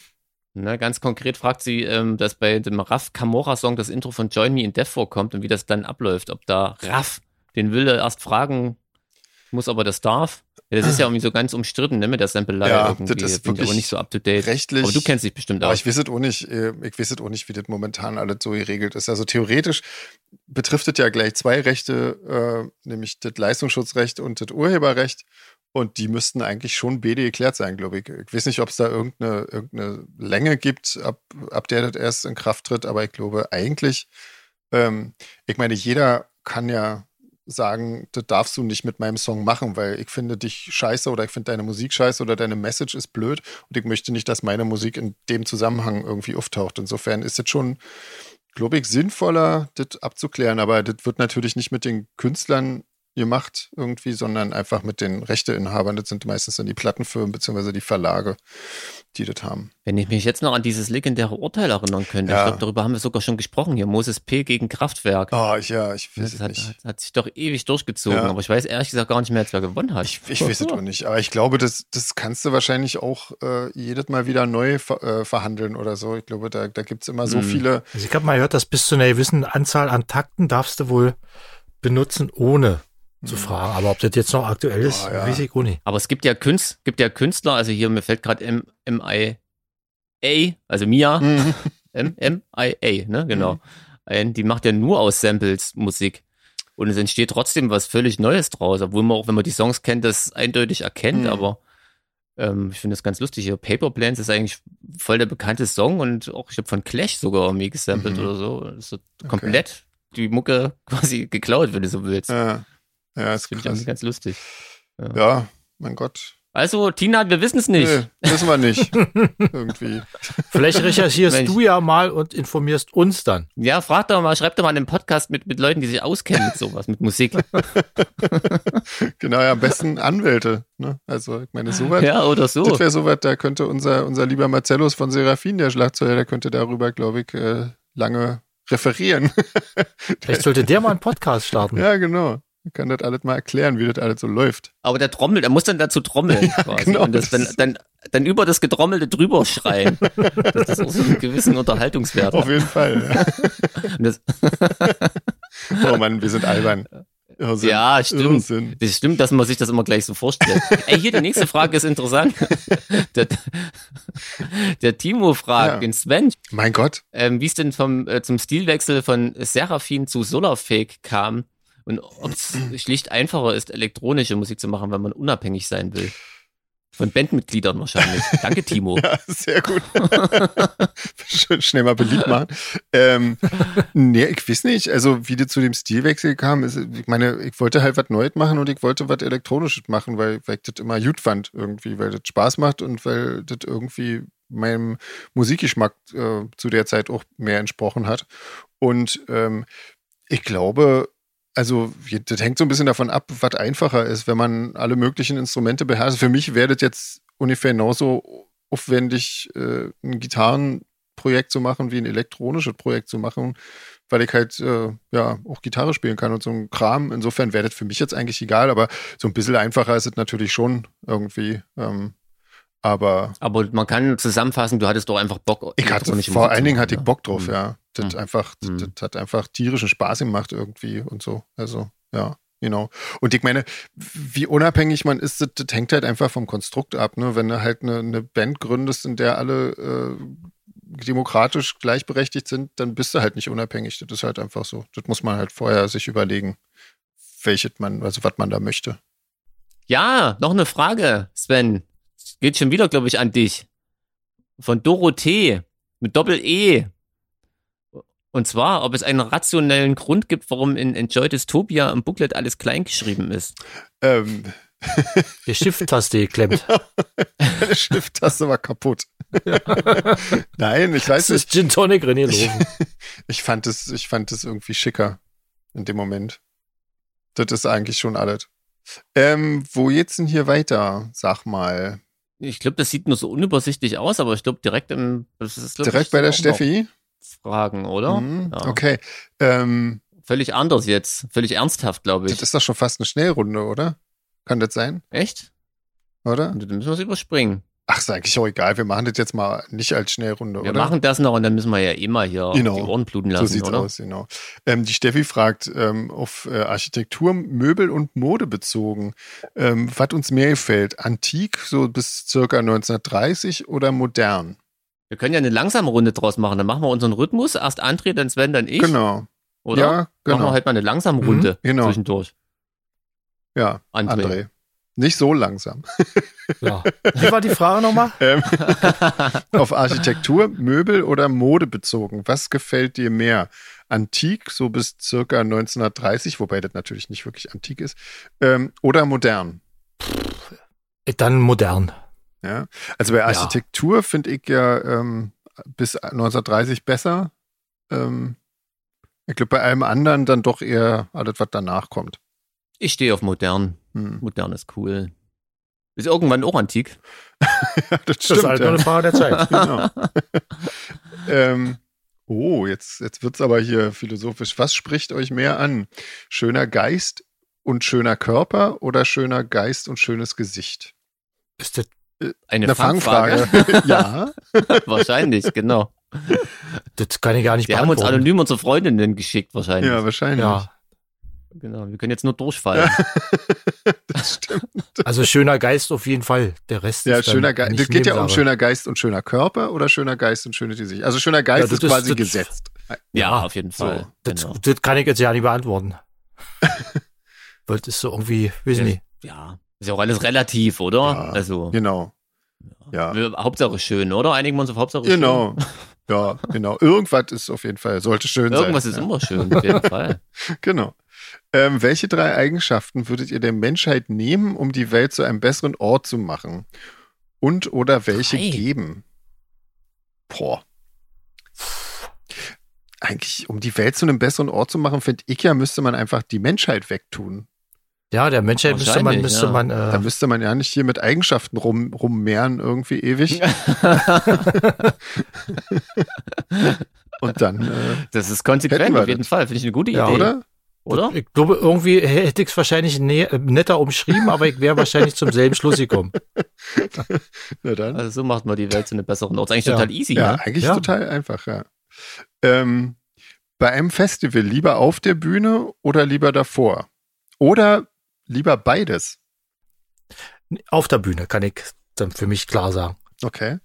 S3: Ne, ganz konkret fragt sie, ähm, dass bei dem Raff Camora-Song das Intro von Join Me in Death vorkommt und wie das dann abläuft. Ob da Raff den will er erst fragen muss, aber das darf. Ja, das ist ja irgendwie so ganz umstritten, ne, mit der Sample-Leihe
S2: Ja,
S3: irgendwie.
S2: das ist
S3: Bin ich
S2: wirklich
S3: aber nicht so up to date.
S2: Rechtlich.
S3: Aber du kennst dich bestimmt
S2: Aber
S3: auch.
S2: ich weiß es auch nicht, äh, ich weiß es auch nicht, wie das momentan alles so geregelt ist. Also theoretisch betrifft es ja gleich zwei Rechte, äh, nämlich das Leistungsschutzrecht und das Urheberrecht. Und die müssten eigentlich schon BD geklärt sein, glaube ich. Ich weiß nicht, ob es da irgendeine, irgendeine Länge gibt, ab, ab der das erst in Kraft tritt, aber ich glaube eigentlich, ähm, ich meine, jeder kann ja sagen, das darfst du nicht mit meinem Song machen, weil ich finde dich scheiße oder ich finde deine Musik scheiße oder deine Message ist blöd und ich möchte nicht, dass meine Musik in dem Zusammenhang irgendwie auftaucht. Insofern ist es schon, glaube ich, sinnvoller, das abzuklären, aber das wird natürlich nicht mit den Künstlern gemacht irgendwie, sondern einfach mit den Rechteinhabern. Das sind meistens dann die Plattenfirmen bzw. die Verlage, die das haben.
S3: Wenn ich mich jetzt noch an dieses legendäre Urteil erinnern könnte,
S2: Ja.
S3: ich glaube, darüber haben wir sogar schon gesprochen hier, Moses P. gegen Kraftwerk.
S2: Oh, ich- ja, ich weiß
S3: das
S2: es
S3: hat,
S2: nicht.
S3: hat- hat sich doch ewig durchgezogen,
S2: Ja.
S3: aber ich weiß ehrlich gesagt gar nicht mehr, jetzt wer gewonnen hat.
S2: Ich, ich weiß es auch nicht, aber ich glaube, das, das kannst du wahrscheinlich auch äh, jedes Mal wieder neu ver äh, verhandeln oder so. Ich glaube, da, da gibt es immer so
S3: Mhm.
S2: viele.
S1: Also ich habe mal gehört, dass bis zu einer gewissen Anzahl an Takten darfst du wohl benutzen, ohne zu fragen. Aber ob das jetzt noch aktuell ist,
S2: Ah, Mhm. ja.
S1: weiß ich auch nicht.
S3: Aber es gibt ja, Künst, gibt ja Künstler, also hier, mir fällt gerade M- M.I.A., also Mia,
S2: Mhm.
S3: M- M.I.A., ne, genau. Ein, die macht ja nur aus Samples Musik. Und es entsteht trotzdem was völlig Neues draus, obwohl man auch, wenn man die Songs kennt, das eindeutig erkennt,
S2: Mhm.
S3: aber ähm, ich finde das ganz lustig. Hier Paper Plans ist eigentlich voll der bekannte Song und auch, ich habe von Clash sogar irgendwie gesampelt
S2: Mhm.
S3: oder so. Das ist so komplett die Mucke quasi geklaut, wenn du so willst.
S2: Ja, ja
S3: das
S2: ist
S3: finde ich
S2: krass.
S3: irgendwie ganz lustig.
S2: Ja, mein Gott.
S3: Also, Tina, wir wissen es nicht.
S2: Nee, wissen wir nicht. irgendwie.
S1: Vielleicht recherchierst
S3: Mensch.
S1: du ja mal und informierst uns dann.
S3: Ja, frag doch mal, schreib doch mal einen Podcast mit, mit Leuten, die sich auskennen mit sowas, mit Musik.
S2: Genau, ja, am besten Anwälte. Ne? Also, ich meine, sowas.
S3: ja, oder so.
S2: Das wäre sowas, da könnte unser, unser lieber Marcellus von Serafin, der Schlagzeuger, der könnte darüber, glaube ich, äh, lange referieren.
S1: Vielleicht sollte der mal einen Podcast starten.
S2: ja, genau. Ich kann das alles mal erklären, wie das alles so läuft.
S3: Aber der trommelt, er muss dann dazu trommeln quasi.
S2: genau,
S3: und
S2: das
S3: das, dann,
S2: ist-
S3: dann, dann über das Getrommelte drüber schreien. Das ist auch so einen gewissen Unterhaltungswert.
S2: Auf jeden Fall.
S3: Und Das,
S2: Ja. Oh Mann, wir sind albern. Irrsinn.
S3: ja, stimmt.
S2: Irrsinn.
S3: Das stimmt, dass man sich das immer gleich so vorstellt. Ey, hier die nächste Frage ist interessant. Der, der Timo fragt
S2: Ja.
S3: den Sven,
S2: Mein Gott.
S3: ähm, wie es denn vom, äh, zum Stilwechsel von Seraphin zu Solarfake kam und ob es schlicht einfacher ist, elektronische Musik zu machen, wenn man unabhängig sein will. Von Bandmitgliedern wahrscheinlich. Danke, Timo.
S2: Ja, sehr gut. Schön, schnell mal beliebt machen. Ähm, nee, ich weiß nicht. Also, wie das zu dem Stilwechsel kam, ist, ich meine, ich wollte halt was Neues machen und ich wollte was Elektronisches machen, weil, weil ich das immer gut fand irgendwie, weil das Spaß macht und weil das irgendwie meinem Musikgeschmack äh, zu der Zeit auch mehr entsprochen hat. Und ähm, ich glaube, also je- das hängt so ein bisschen davon ab, was einfacher ist, wenn man alle möglichen Instrumente beherrscht. Für mich wäre das jetzt ungefähr genauso aufwendig, äh, ein Gitarrenprojekt zu machen, wie ein elektronisches Projekt zu machen, weil ich halt äh, ja auch Gitarre spielen kann und so ein Kram. Insofern wäre das für mich jetzt eigentlich egal, aber so ein bisschen einfacher ist es natürlich schon irgendwie. Ähm, aber
S3: Aber man kann zusammenfassen, du hattest doch einfach Bock.
S2: ich hatte,
S3: elektronische
S2: vor
S3: Musik
S2: allen
S3: zu
S2: Dingen
S3: machen,
S2: hatte ich
S3: ne?
S2: Bock drauf,
S3: Mhm.
S2: ja. Das,
S3: Mhm.
S2: einfach, das,
S3: Mhm.
S2: das hat einfach tierischen Spaß gemacht irgendwie und so. Also, ja, genau. Und ich meine, wie unabhängig man ist, das, das hängt halt einfach vom Konstrukt ab. Ne? Wenn du halt eine, eine Band gründest, in der alle äh, demokratisch gleichberechtigt sind, dann bist du halt nicht unabhängig. Das ist halt einfach so. Das muss man halt vorher sich überlegen, welches man, also was man da möchte.
S3: ne? Ja, noch eine Frage, Sven. Geht schon wieder, glaube ich, an dich. Von Dorothee mit Doppel-E. Und zwar, ob es einen rationellen Grund gibt, warum in Enjoy Dystopia im Booklet alles klein geschrieben ist.
S2: Ähm,
S1: Die Shift-Taste geklemmt.
S2: meine Schrifttaste war kaputt. Nein, ich weiß
S1: Das
S2: nicht.
S1: ist Gin Tonic René Loven.
S2: Ich fand es, ich fand es irgendwie schicker in dem Moment. Das ist eigentlich schon alles. Ähm, wo geht's denn hier weiter? Sag mal.
S3: Ich glaube, das sieht nur so unübersichtlich aus, aber ich glaube, direkt im. Das ist, glaub ich,
S2: Direkt bei der
S3: auch noch
S2: Steffi?
S3: Fragen, oder?
S2: Mhm,
S3: Ja.
S2: Okay. Ähm,
S3: Völlig anders jetzt. Völlig ernsthaft, glaube
S2: das
S3: ich.
S2: ist doch schon fast eine Schnellrunde, oder? Kann das sein,
S3: Echt?
S2: oder?
S3: Dann müssen wir es überspringen.
S2: Ach, ist eigentlich auch egal. Wir machen das jetzt mal nicht als Schnellrunde,
S3: Wir
S2: oder?
S3: machen das noch und dann müssen wir ja eh mal hier
S2: Genau.
S3: die Ohren bluten
S2: so
S3: lassen,
S2: sieht's
S3: oder?
S2: aus, genau. Ähm, die Steffi fragt, ähm, auf äh, Architektur, Möbel und Mode bezogen, ähm, was uns mehr gefällt, antik, so bis circa 1930 oder modern?
S3: Wir können ja eine langsame Runde draus machen. Dann machen wir unseren Rhythmus. Erst André, dann Sven, dann ich.
S2: Genau.
S3: Oder?
S2: Ja,
S3: Machen halt
S2: genau.
S3: wir halt mal eine langsame Runde
S2: genau.
S3: zwischendurch.
S2: Ja,
S3: André.
S2: André. Nicht so langsam.
S1: Ja. Wie war die Frage nochmal?
S2: Ähm, auf Architektur, Möbel oder Mode bezogen. Was gefällt dir mehr? Antik, so bis circa 1930, wobei das natürlich nicht wirklich antik ist, ähm, oder modern? Äh,
S1: Dann modern.
S2: Ja? Also bei Architektur finde ich ja ähm, bis 1930 besser. Ähm, ich glaube, bei allem anderen dann doch eher alles, was danach kommt.
S3: Ich stehe auf modern.
S2: Hm.
S3: Modern ist cool. Ist irgendwann auch antik.
S2: Ja, das
S1: Das ist halt nur eine Frage der Zeit.
S2: Genau. ähm, oh, jetzt, jetzt wird's aber hier philosophisch. Was spricht euch mehr an? Schöner Geist und schöner Körper oder schöner Geist und schönes Gesicht?
S1: Ist das,
S3: Eine,
S2: Eine
S3: Fangfrage.
S2: Fangfrage. ja.
S3: wahrscheinlich, genau.
S1: das kann ich gar nicht
S3: Wir haben uns anonym unsere Freundinnen geschickt, wahrscheinlich.
S2: Ja, wahrscheinlich.
S1: Ja,
S3: Genau. Wir können jetzt nur durchfallen.
S2: das stimmt.
S1: also schöner Geist auf jeden Fall. Der Rest
S2: Ja,
S1: ist dann
S2: schöner Geist.
S1: nicht
S2: Das geht ja um
S1: Nebensache.
S2: schöner Geist und schöner Körper oder schöner Geist und schönes Gesicht. Also schöner Geist
S1: das
S2: ist
S1: ist-
S2: quasi
S1: das-
S2: gesetzt.
S3: Ja, auf jeden
S2: so.
S3: Fall.
S1: Das,
S3: Genau.
S1: das kann ich jetzt ja nicht beantworten. Weil das ist so irgendwie, weiß
S3: Ja.
S1: nicht.
S3: Ja. Ist ja auch alles relativ, oder?
S2: Ja.
S3: Also.
S2: Genau. Ja.
S3: Wir- Hauptsache schön, oder? Einigen wir uns auf Hauptsache
S2: Genau. Ja, genau. Irgendwas ist auf jeden Fall, sollte schön
S3: schön. Irgendwas
S2: sein.
S3: ist immer schön, auf jeden Fall.
S2: Genau. Ähm, welche drei Eigenschaften würdet ihr der Menschheit nehmen, um die Welt zu einem besseren Ort zu machen? Und oder welche
S3: Drei?
S2: geben? Boah. Eigentlich, um die Welt zu einem besseren Ort zu machen, finde ich ja, müsste man einfach die Menschheit wegtun.
S1: Ja, der Menschheit müsste man,
S3: Wahrscheinlich,
S1: müsste
S3: ja.
S1: man,
S2: Da
S1: äh,
S2: müsste man ja nicht hier mit Eigenschaften rum, rummehren irgendwie ewig. Und dann, äh,
S3: Das ist
S2: Hätten
S3: konsequent,
S2: wir
S3: auf jeden Fall. Finde ich eine gute
S1: Ja,
S3: Idee.
S2: oder?
S3: Oder?
S1: ich glaube, irgendwie hätte ich es wahrscheinlich nä- äh, netter umschrieben, aber ich wäre wahrscheinlich zum selben Schluss gekommen.
S2: Na dann.
S3: Also so macht man die Welt zu einem besseren Ort. Ist eigentlich
S1: Äh, Ja.
S3: total easy,
S2: Ja,
S3: ne?
S2: eigentlich
S1: Ja.
S2: total einfach, ja. Ähm, bei einem Festival lieber auf der Bühne oder lieber davor? Oder lieber beides?
S1: Auf der Bühne kann ich dann für mich klar sagen.
S2: Okay.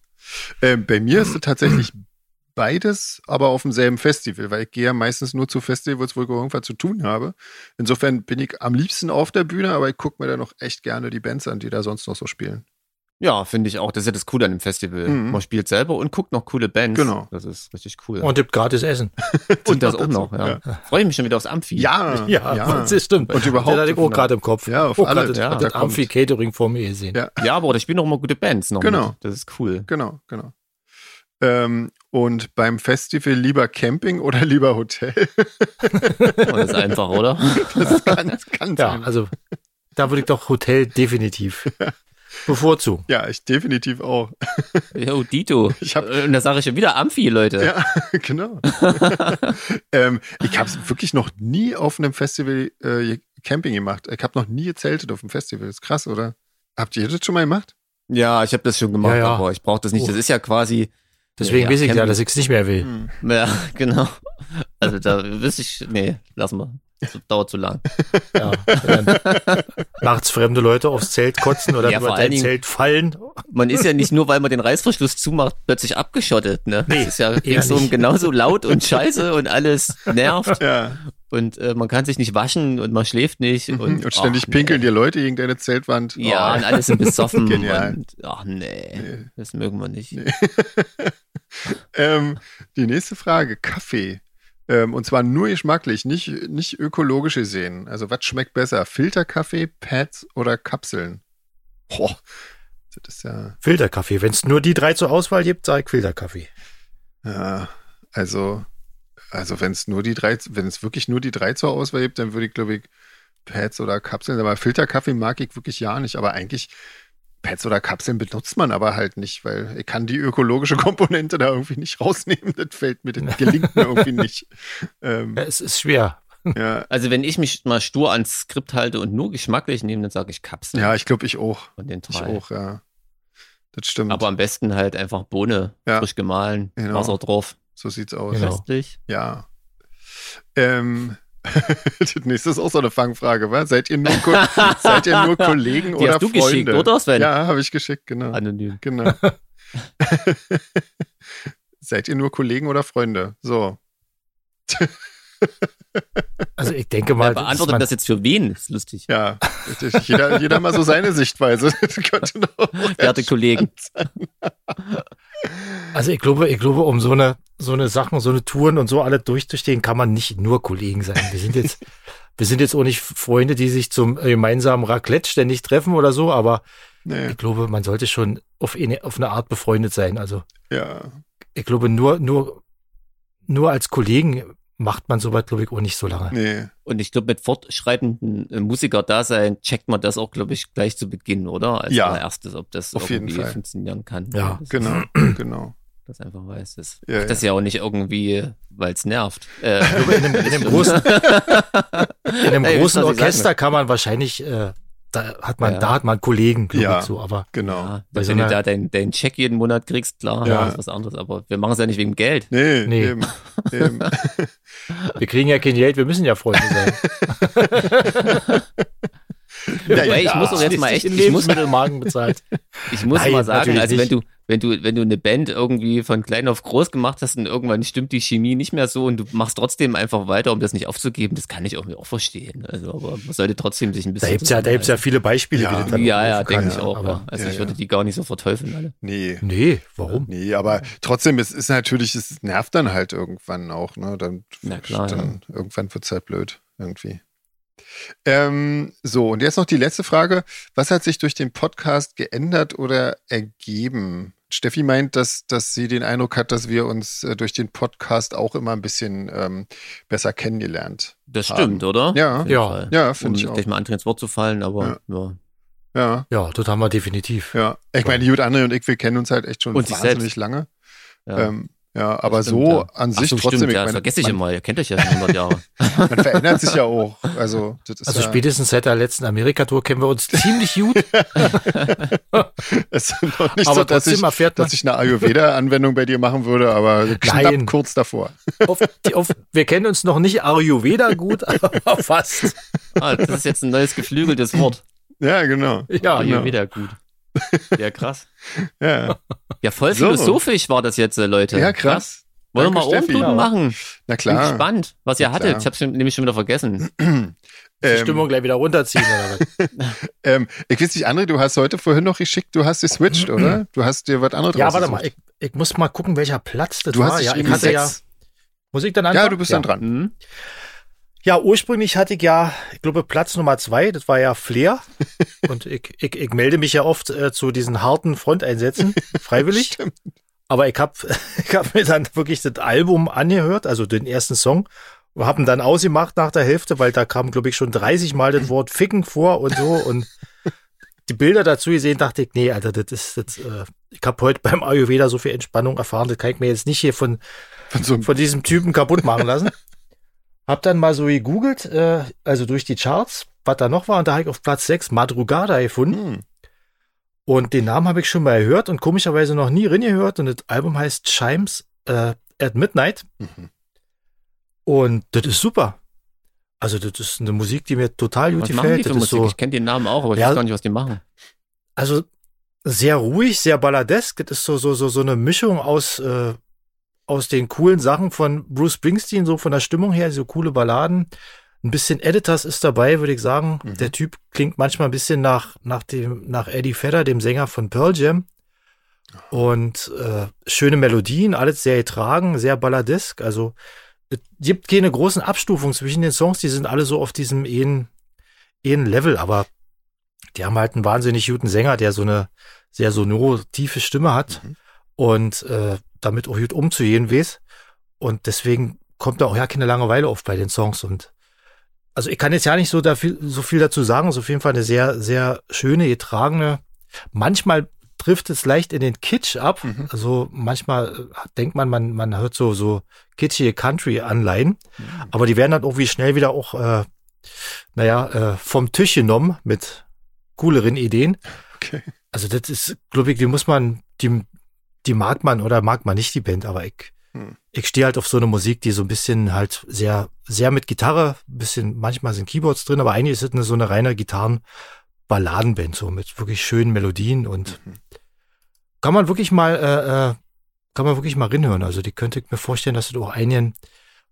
S2: Ähm, bei mir ist es tatsächlich beides, aber auf demselben Festival, weil ich gehe ja meistens nur zu Festivals, wo ich irgendwas zu tun habe. Insofern bin ich am liebsten auf der Bühne, aber ich gucke mir dann noch echt gerne die Bands an, die da sonst noch so spielen.
S3: Ja, finde ich auch. Das ist ja das Coole an dem Festival.
S2: Mhm.
S3: Man spielt selber und guckt noch coole Bands.
S2: Genau.
S3: Das ist richtig cool.
S1: Und gibt gratis Essen.
S3: Und das auch
S2: dazu,
S3: noch, ja.
S2: ja.
S3: Freue ich mich schon wieder aufs Amphi.
S2: Ja,
S1: Ja, das ist stimmt.
S2: Und überhaupt-
S1: Den hatte ich auch gerade im Kopf.
S2: Ja, auf
S1: oh, grad
S2: alle,
S1: das,
S2: ja, da
S1: das
S2: kommt.
S1: Amphi-Catering vor mir gesehen.
S2: Ja.
S3: Ja, aber da spielen noch immer gute Bands noch.
S2: Genau.
S3: Mit. Das ist cool.
S2: Genau, genau. Ähm, und beim Festival lieber Camping oder lieber Hotel?
S3: Und das ist einfach, oder?
S2: Das ist ganz, ganz
S1: Ja,
S2: einfach.
S1: also da würde ich doch Hotel definitiv bevorzugen.
S2: ja, ich definitiv auch.
S3: Yo, Dito.
S2: Ich hab-
S3: und da sage ich schon wieder Amphi, Leute.
S2: Ja, genau. ähm, ich habe wirklich noch nie auf einem Festival äh, Camping gemacht. Ich habe noch nie gezeltet auf dem Festival. ist krass, oder? Habt ihr das schon mal gemacht?
S3: Ja, ich habe das schon gemacht,
S1: Ja, ja.
S3: aber ich brauche das nicht. Das ist ja quasi,
S1: Deswegen
S3: Ja,
S1: weiß ich ja,
S3: Camping-
S1: dass ich es nicht mehr will.
S3: ja, genau. Also da wüsste ich, nee, lass mal. Das dauert zu lang.
S1: Ja, dann macht's fremde Leute aufs Zelt kotzen oder
S3: Ja,
S1: über
S3: vor allen
S1: dein
S3: Dingen-
S1: Zelt fallen.
S3: Man ist ja nicht nur, weil man den Reißverschluss zumacht, plötzlich abgeschottet, ne?
S1: Nee,
S3: das ist ja
S1: eher
S3: ringsum
S1: nicht.
S3: genauso laut und scheiße und alles nervt
S2: Ja.
S3: und äh, man kann sich nicht waschen und man schläft nicht
S2: Mhm, Und,
S3: und,
S2: ständig
S3: ach, nee.
S2: pinkeln dir Leute gegen deine Zeltwand.
S3: Ja, und
S2: Oh,
S3: alle sind besoffen.
S2: Genial.
S3: Und, ach nee,
S2: Nee.
S3: das mögen wir nicht.
S2: ähm, die nächste Frage: Kaffee. Ähm, und zwar nur geschmacklich, nicht, nicht ökologisch gesehen. Also, was schmeckt besser? Filterkaffee, Pads oder Kapseln? Boah, das ist ja.
S1: Filterkaffee. Wenn es nur die drei zur Auswahl gibt, sage ich Filterkaffee.
S2: Ja, also, also wenn es nur die drei, wenn es wirklich nur die drei zur Auswahl gibt, dann würde ich, glaube ich, Pads oder Kapseln, aber Filterkaffee mag ich wirklich ja nicht, aber eigentlich Pads oder Kapseln benutzt man aber halt nicht, weil ich kann die ökologische Komponente da irgendwie nicht rausnehmen, das fällt mir, das gelingt mir irgendwie nicht. Ähm,
S1: Ja, es ist schwer.
S2: ja,
S3: Also wenn ich mich mal stur ans Skript halte und nur geschmacklich nehme, dann sage ich Kapsel
S2: ja, ich glaube, ich auch.
S3: von den
S2: Ich
S3: drei.
S2: auch, ja. Das stimmt.
S3: Aber am besten halt einfach Bohne,
S2: Ja.
S3: frisch gemahlen,
S2: Genau.
S3: Wasser drauf,
S2: so sieht's aus.
S1: Genau.
S3: köstlich.
S2: Ja. Ähm, das nächste ist auch so eine Fangfrage, wa? Seid ihr nur, Ko seid ihr nur Kollegen
S3: Die
S2: oder
S3: hast du
S2: Freunde?
S3: geschickt, oder Ah, Sven?
S2: Ja, habe ich geschickt, genau.
S3: Anonym.
S2: genau. seid ihr nur Kollegen oder Freunde? So.
S1: Also ich denke mal,
S3: Wer beantwortet das jetzt für wen? Ist lustig.
S2: Ja, richtig. Jeder, jeder mal so seine Sichtweise. Das könnte noch-
S3: Werte Kollegen.
S1: also ich glaube, ich glaube, um so eine, so eine Sachen, so eine Touren und so alle durchzustehen, kann man nicht nur Kollegen sein. Wir sind jetzt, wir sind jetzt auch nicht Freunde, die sich zum gemeinsamen Raclette ständig treffen oder so, aber
S2: Nee,
S1: ich glaube, man sollte schon auf eine, auf eine Art befreundet sein. Also
S2: ja.
S1: ich glaube, nur, nur, nur als Kollegen macht man sowas, glaube ich, auch nicht so lange.
S2: Nee.
S3: Und ich glaube, mit fortschreitendem äh, Musiker-Dasein checkt man das auch, glaube ich, gleich zu Beginn, oder? Als
S2: Ja.
S3: allererstes, ob das
S2: Auf jeden
S3: irgendwie
S2: Fall.
S3: funktionieren kann.
S1: Ja,
S3: Das-
S2: Genau, genau.
S3: Das einfach weiß. Das,
S2: Ja,
S3: das ist ja auch nicht irgendwie, weil es nervt. Äh,
S1: In einem, in einem großen, in einem
S3: Ey,
S1: großen
S3: wisst ihr, was ich
S1: Orchester kann man wahrscheinlich, äh, da hat man,
S3: Ja.
S1: da hat man Kollegen, glaube
S2: Ja.
S1: ich, so, aber
S2: Genau.
S3: Ja,
S1: Bei so
S3: wenn du
S1: einer-
S3: da deinen deinen Check jeden Monat kriegst, klar,
S2: Ja.
S3: ja. ist was anderes. Aber wir machen es ja nicht wegen Geld.
S2: Nee,
S1: Nee.
S2: Eben, eben.
S1: wir kriegen ja kein Geld, wir müssen ja Freunde sein.
S2: Ja,
S3: Wobei, ich
S2: ja.
S3: muss doch jetzt mal echt,
S1: in
S3: ich muss,
S1: Lebensmittelmagen bezahlt.
S3: ich muss
S1: Nein,
S3: mal sagen,
S1: natürlich
S3: also wenn
S1: nicht.
S3: du, wenn du, wenn du eine Band irgendwie von klein auf groß gemacht hast und irgendwann stimmt die Chemie nicht mehr so und du machst trotzdem einfach weiter, um das nicht aufzugeben, das kann ich irgendwie auch verstehen. Also, aber man sollte trotzdem sich ein
S1: Da
S3: bisschen.
S1: gibt's ja, da gibt's ja viele Beispiele.
S2: Ja.
S1: die das
S2: viele
S1: dann
S3: ja, ja,
S1: aufrufen
S3: denke
S1: kann,
S3: ich auch.
S1: aber-
S3: Ja. Also
S2: ja,
S3: ich würde
S2: ja.
S3: die gar nicht so verteufeln alle.
S2: Nee.
S1: Nee,
S3: Oh.
S1: warum?
S2: Nee, aber trotzdem, es ist natürlich, es nervt dann halt irgendwann auch, ne? Dann,
S3: Na klar,
S2: dann irgendwann wird's halt blöd, irgendwie. Ähm, so, und jetzt noch die letzte Frage. Was hat sich durch den Podcast geändert oder ergeben? Steffi meint, dass, dass sie den Eindruck hat, dass wir uns äh, durch den Podcast auch immer ein bisschen ähm, besser kennengelernt.
S3: Das
S2: Haben.
S3: stimmt, oder?
S2: Ja.
S3: Auf jeden
S1: Ja.
S3: Fall.
S2: Ja, finde
S3: um
S2: ich auch.
S3: gleich mal André ins Wort zu fallen, aber ja.
S2: Ja.
S1: Ja, das haben wir definitiv.
S2: Ja, ich meine, Jut, André und ich, wir kennen uns halt echt schon
S3: Und sich
S2: wahnsinnig
S3: selbst.
S2: lange.
S3: ja.
S2: Ähm, ja, aber
S3: Das stimmt,
S2: so
S3: ja.
S2: an sich
S3: Ach so,
S2: trotzdem,
S3: stimmt,
S2: ich
S3: ja, das
S2: meine,
S3: vergesse ich
S2: man,
S3: immer. Ihr kennt euch ja schon 100 Jahre.
S2: man verändert sich ja auch. Also, das ist
S1: Also
S2: ja,
S1: spätestens seit der letzten Amerika-Tour kennen wir uns ziemlich gut,
S2: es ist noch nicht so,
S1: aber
S2: dass
S1: trotzdem
S2: ich,
S1: erfährt man,
S2: dass ich eine Ayurveda-Anwendung bei dir machen würde, aber knapp
S1: Nein.
S2: kurz davor.
S1: auf, die, auf, wir kennen uns noch nicht Ayurveda gut, aber fast.
S3: Ah, das ist jetzt ein neues geflügeltes Wort.
S2: Ja, genau.
S1: Ja, ne.
S3: Ah,
S2: genau.
S3: hier wieder gut. Ja, krass.
S2: Ja,
S3: Ja, voll
S2: So.
S3: philosophisch war das jetzt, äh, Leute.
S2: ja krass.
S3: Wollen wir
S2: Danke,
S3: mal
S2: Steffi.
S3: Ohrenbluten machen?
S2: Na
S3: Bin
S2: klar.
S3: gespannt, was ihr
S2: Na
S3: hattet.
S2: klar.
S3: Ich hab's schon- nämlich schon wieder vergessen.
S1: Die
S2: Ähm,
S1: Stimmung gleich wieder runterziehen oder was?
S2: ähm, ich weiß nicht, André, du hast heute vorhin noch geschickt, du hast geswitcht, oder? Du hast dir was anderes
S1: Ja, warte mal,
S2: rausgesucht.
S1: ich, ich muss mal gucken, welcher Platz das
S2: Du
S1: war.
S2: hast
S1: ja,
S2: dich
S1: ich
S2: ja,
S1: hatte ja,
S2: sechs.
S1: muss ich dann
S2: Ja,
S1: anfangen?
S2: du bist dann dran.
S3: Hm?
S1: Ja, ursprünglich hatte ich ja, ich glaube, Platz Nummer zwei, das war ja Flair. Und ich, ich, ich melde mich ja oft äh, zu diesen harten Fronteinsätzen, freiwillig.
S2: Stimmt.
S1: Aber ich hab, ich hab mir dann wirklich das Album angehört, also den ersten Song. Wir haben dann ausgemacht nach der Hälfte, weil da kam, glaube ich, schon 30 Mal das Wort Ficken vor und so. Und die Bilder dazu gesehen, dachte ich, nee, Alter, das ist, das, äh, ich habe heute beim Ayurveda so viel Entspannung erfahren, das kann ich mir jetzt nicht hier von
S2: Von so einem
S1: von diesem Typen kaputt machen lassen. Hab dann mal so gegoogelt, äh, also durch die Charts, was da noch war, und da habe ich auf Platz 6 Madrugada gefunden.
S2: Hm.
S1: Und den Namen habe ich schon mal gehört und komischerweise noch nie drin gehört. Und das Album heißt Chimes äh, at Midnight.
S2: Mhm.
S1: Und das ist super. Also, das ist eine Musik, die mir total gut
S3: Was machen die
S1: gefällt.
S3: für
S1: Das ist
S3: Musik?
S1: so,
S3: Ich kenne den Namen auch, aber ich
S1: Ja.
S3: weiß gar nicht, was die machen.
S1: also sehr ruhig, sehr balladesk. Das ist so, so, so, so eine Mischung aus, äh, aus den coolen Sachen von Bruce Springsteen, so von der Stimmung her, so coole Balladen. Ein bisschen Editors ist dabei, würde ich sagen.
S2: Mhm.
S1: Der Typ klingt manchmal ein bisschen nach, nach dem, nach Eddie Vedder, dem Sänger von Pearl Jam. Und äh, schöne Melodien, alles sehr getragen, sehr balladesk. Also es gibt keine großen Abstufungen zwischen den Songs, die sind alle so auf diesem ehen, ehen Level, aber die haben halt einen wahnsinnig guten Sänger, der so eine sehr sonore, tiefe Stimme hat
S2: Mhm.
S1: und äh, damit auch gut umzugehen weiß. Und deswegen kommt da auch ja keine Langeweile auf bei den Songs. Und also ich kann jetzt ja nicht so, da viel, so viel dazu sagen. Es ist auf jeden Fall eine sehr, sehr schöne, getragene. Manchmal trifft es leicht in den Kitsch ab.
S2: Mhm.
S1: Also manchmal äh, denkt man, man, man hört so, so kitschige Country-Anleihen.
S2: Mhm.
S1: Aber die werden dann irgendwie schnell wieder auch, äh, naja, äh, vom Tisch genommen mit cooleren Ideen.
S2: Okay.
S1: Also das ist, glaube ich, die muss man, die, die mag man oder mag man nicht die Band, aber ich,
S2: Hm.
S1: ich stehe halt auf so eine Musik, die so ein bisschen halt sehr, sehr mit Gitarre, bisschen, manchmal sind Keyboards drin, aber eigentlich ist es eine, so eine reine Gitarren-Balladenband, so mit wirklich schönen Melodien und
S2: Mhm.
S1: kann man wirklich mal, äh, äh, kann man wirklich mal rinhören. Also die könnte ich mir vorstellen, dass es auch einigen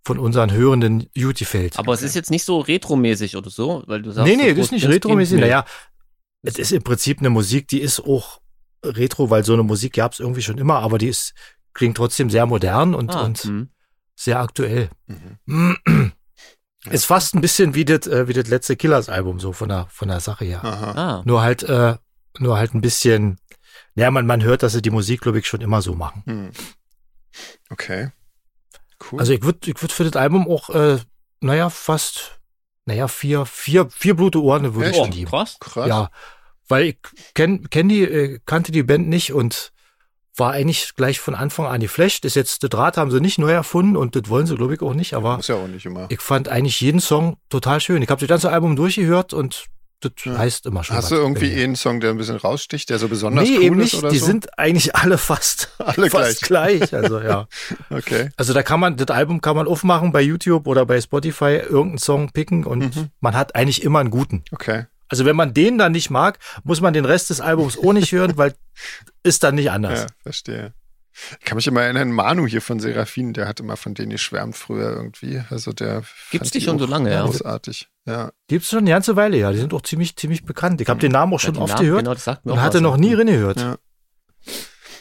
S1: von unseren Hörenden gut gefällt.
S3: Aber es ist jetzt nicht so retromäßig oder so, weil du sagst.
S1: nee, nee,
S3: so
S1: das ist nicht
S3: groß-
S1: retromäßig.
S3: Nee.
S1: Naja, es ist im Prinzip eine Musik, die ist auch retro, weil so eine Musik gab es irgendwie schon immer, aber die ist, klingt trotzdem sehr modern und,
S3: Ah,
S1: und
S3: hm.
S1: sehr aktuell.
S2: Mhm.
S1: Ist fast ein bisschen wie das, äh, wie das letzte Killers-Album, so von der, von der Sache her.
S2: Aha.
S3: Ah,
S1: Nur halt, äh, nur halt ein bisschen, naja, man, man hört, dass sie die Musik, glaube ich, schon immer so machen.
S2: Hm. Okay. Cool.
S1: Also ich würde ich würd für das Album auch, äh, naja, fast, naja, vier, vier, vier blute Ohren würde ich
S2: Echt?
S1: schon geben.
S3: krass.
S2: Krass.
S1: Ja, weil ich kenn, kenn die, äh, kannte die Band nicht und war eigentlich gleich von Anfang an geflasht. Ist jetzt, das Rad haben sie nicht neu erfunden und das wollen sie, glaube ich, auch nicht, aber
S2: Muss ja auch nicht immer.
S1: ich fand eigentlich jeden Song total schön. Ich habe das ganze Album durchgehört und das
S2: Ja.
S1: heißt immer schon.
S2: Hast
S1: was
S2: du
S1: bei
S2: irgendwie
S1: mir.
S2: einen Song, der ein bisschen raussticht, der so besonders
S1: Nee,
S2: cool
S1: eben
S2: ist
S1: nicht.
S2: oder
S1: Die
S2: so?
S1: sind eigentlich alle fast,
S2: Alle
S1: fast gleich. Also ja.
S2: Okay.
S1: Also da kann man, das Album kann man aufmachen bei YouTube oder bei Spotify, irgendeinen Song picken und
S2: Mhm.
S1: man hat eigentlich immer einen guten.
S2: Okay.
S1: Also wenn man den dann nicht mag, muss man den Rest des Albums auch nicht hören, weil ist dann nicht anders.
S2: Ja, verstehe. Ich kann mich immer erinnern, Manu hier von Serafin, der hat immer von denen geschwärmt früher irgendwie. Also der
S3: Gibt's
S2: fand
S3: die schon so lange, ja.
S2: Großartig. Ja.
S1: Gibt's schon eine ganze Weile, ja. Die sind auch ziemlich, ziemlich bekannt. Ich habe den Namen auch schon
S3: Ja, die
S1: oft
S3: Namen,
S1: gehört
S3: Genau, das sagt mir
S1: und
S3: auch
S1: hatte
S3: was.
S1: noch nie reingehört.
S2: Ja.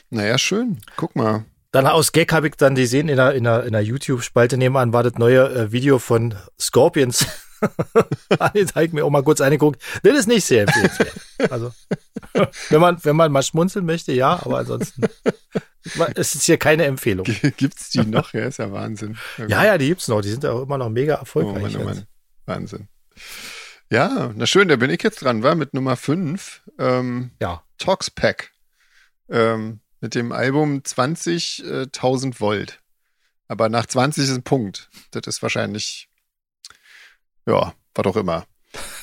S2: Naja, schön. Guck mal.
S1: Dann aus Gag habe ich dann gesehen, in der, in der, in der YouTube-Spalte nebenan war das neue äh, Video von Scorpions. Jetzt habe ich mir auch mal kurz angeguckt. Das ist nicht sehr empfehlenswert. Also, wenn man, wenn man mal schmunzeln möchte, ja, aber ansonsten man- es ist hier keine Empfehlung.
S2: Gibt's die noch? Ja, ist ja Wahnsinn.
S1: Ja, ja, die gibt's noch. Die sind ja auch immer noch mega
S2: Oh
S1: erfolgreich.
S2: Mann, oh
S1: jetzt.
S2: Mann. Wahnsinn. Ja, na schön, da bin ich jetzt dran, war mit Nummer 5. Ähm,
S1: Ja.
S2: Toxpack. Ähm, mit dem Album 20.000 Volt. Aber nach 20 ist ein Punkt. Das ist wahrscheinlich, ja, was auch immer.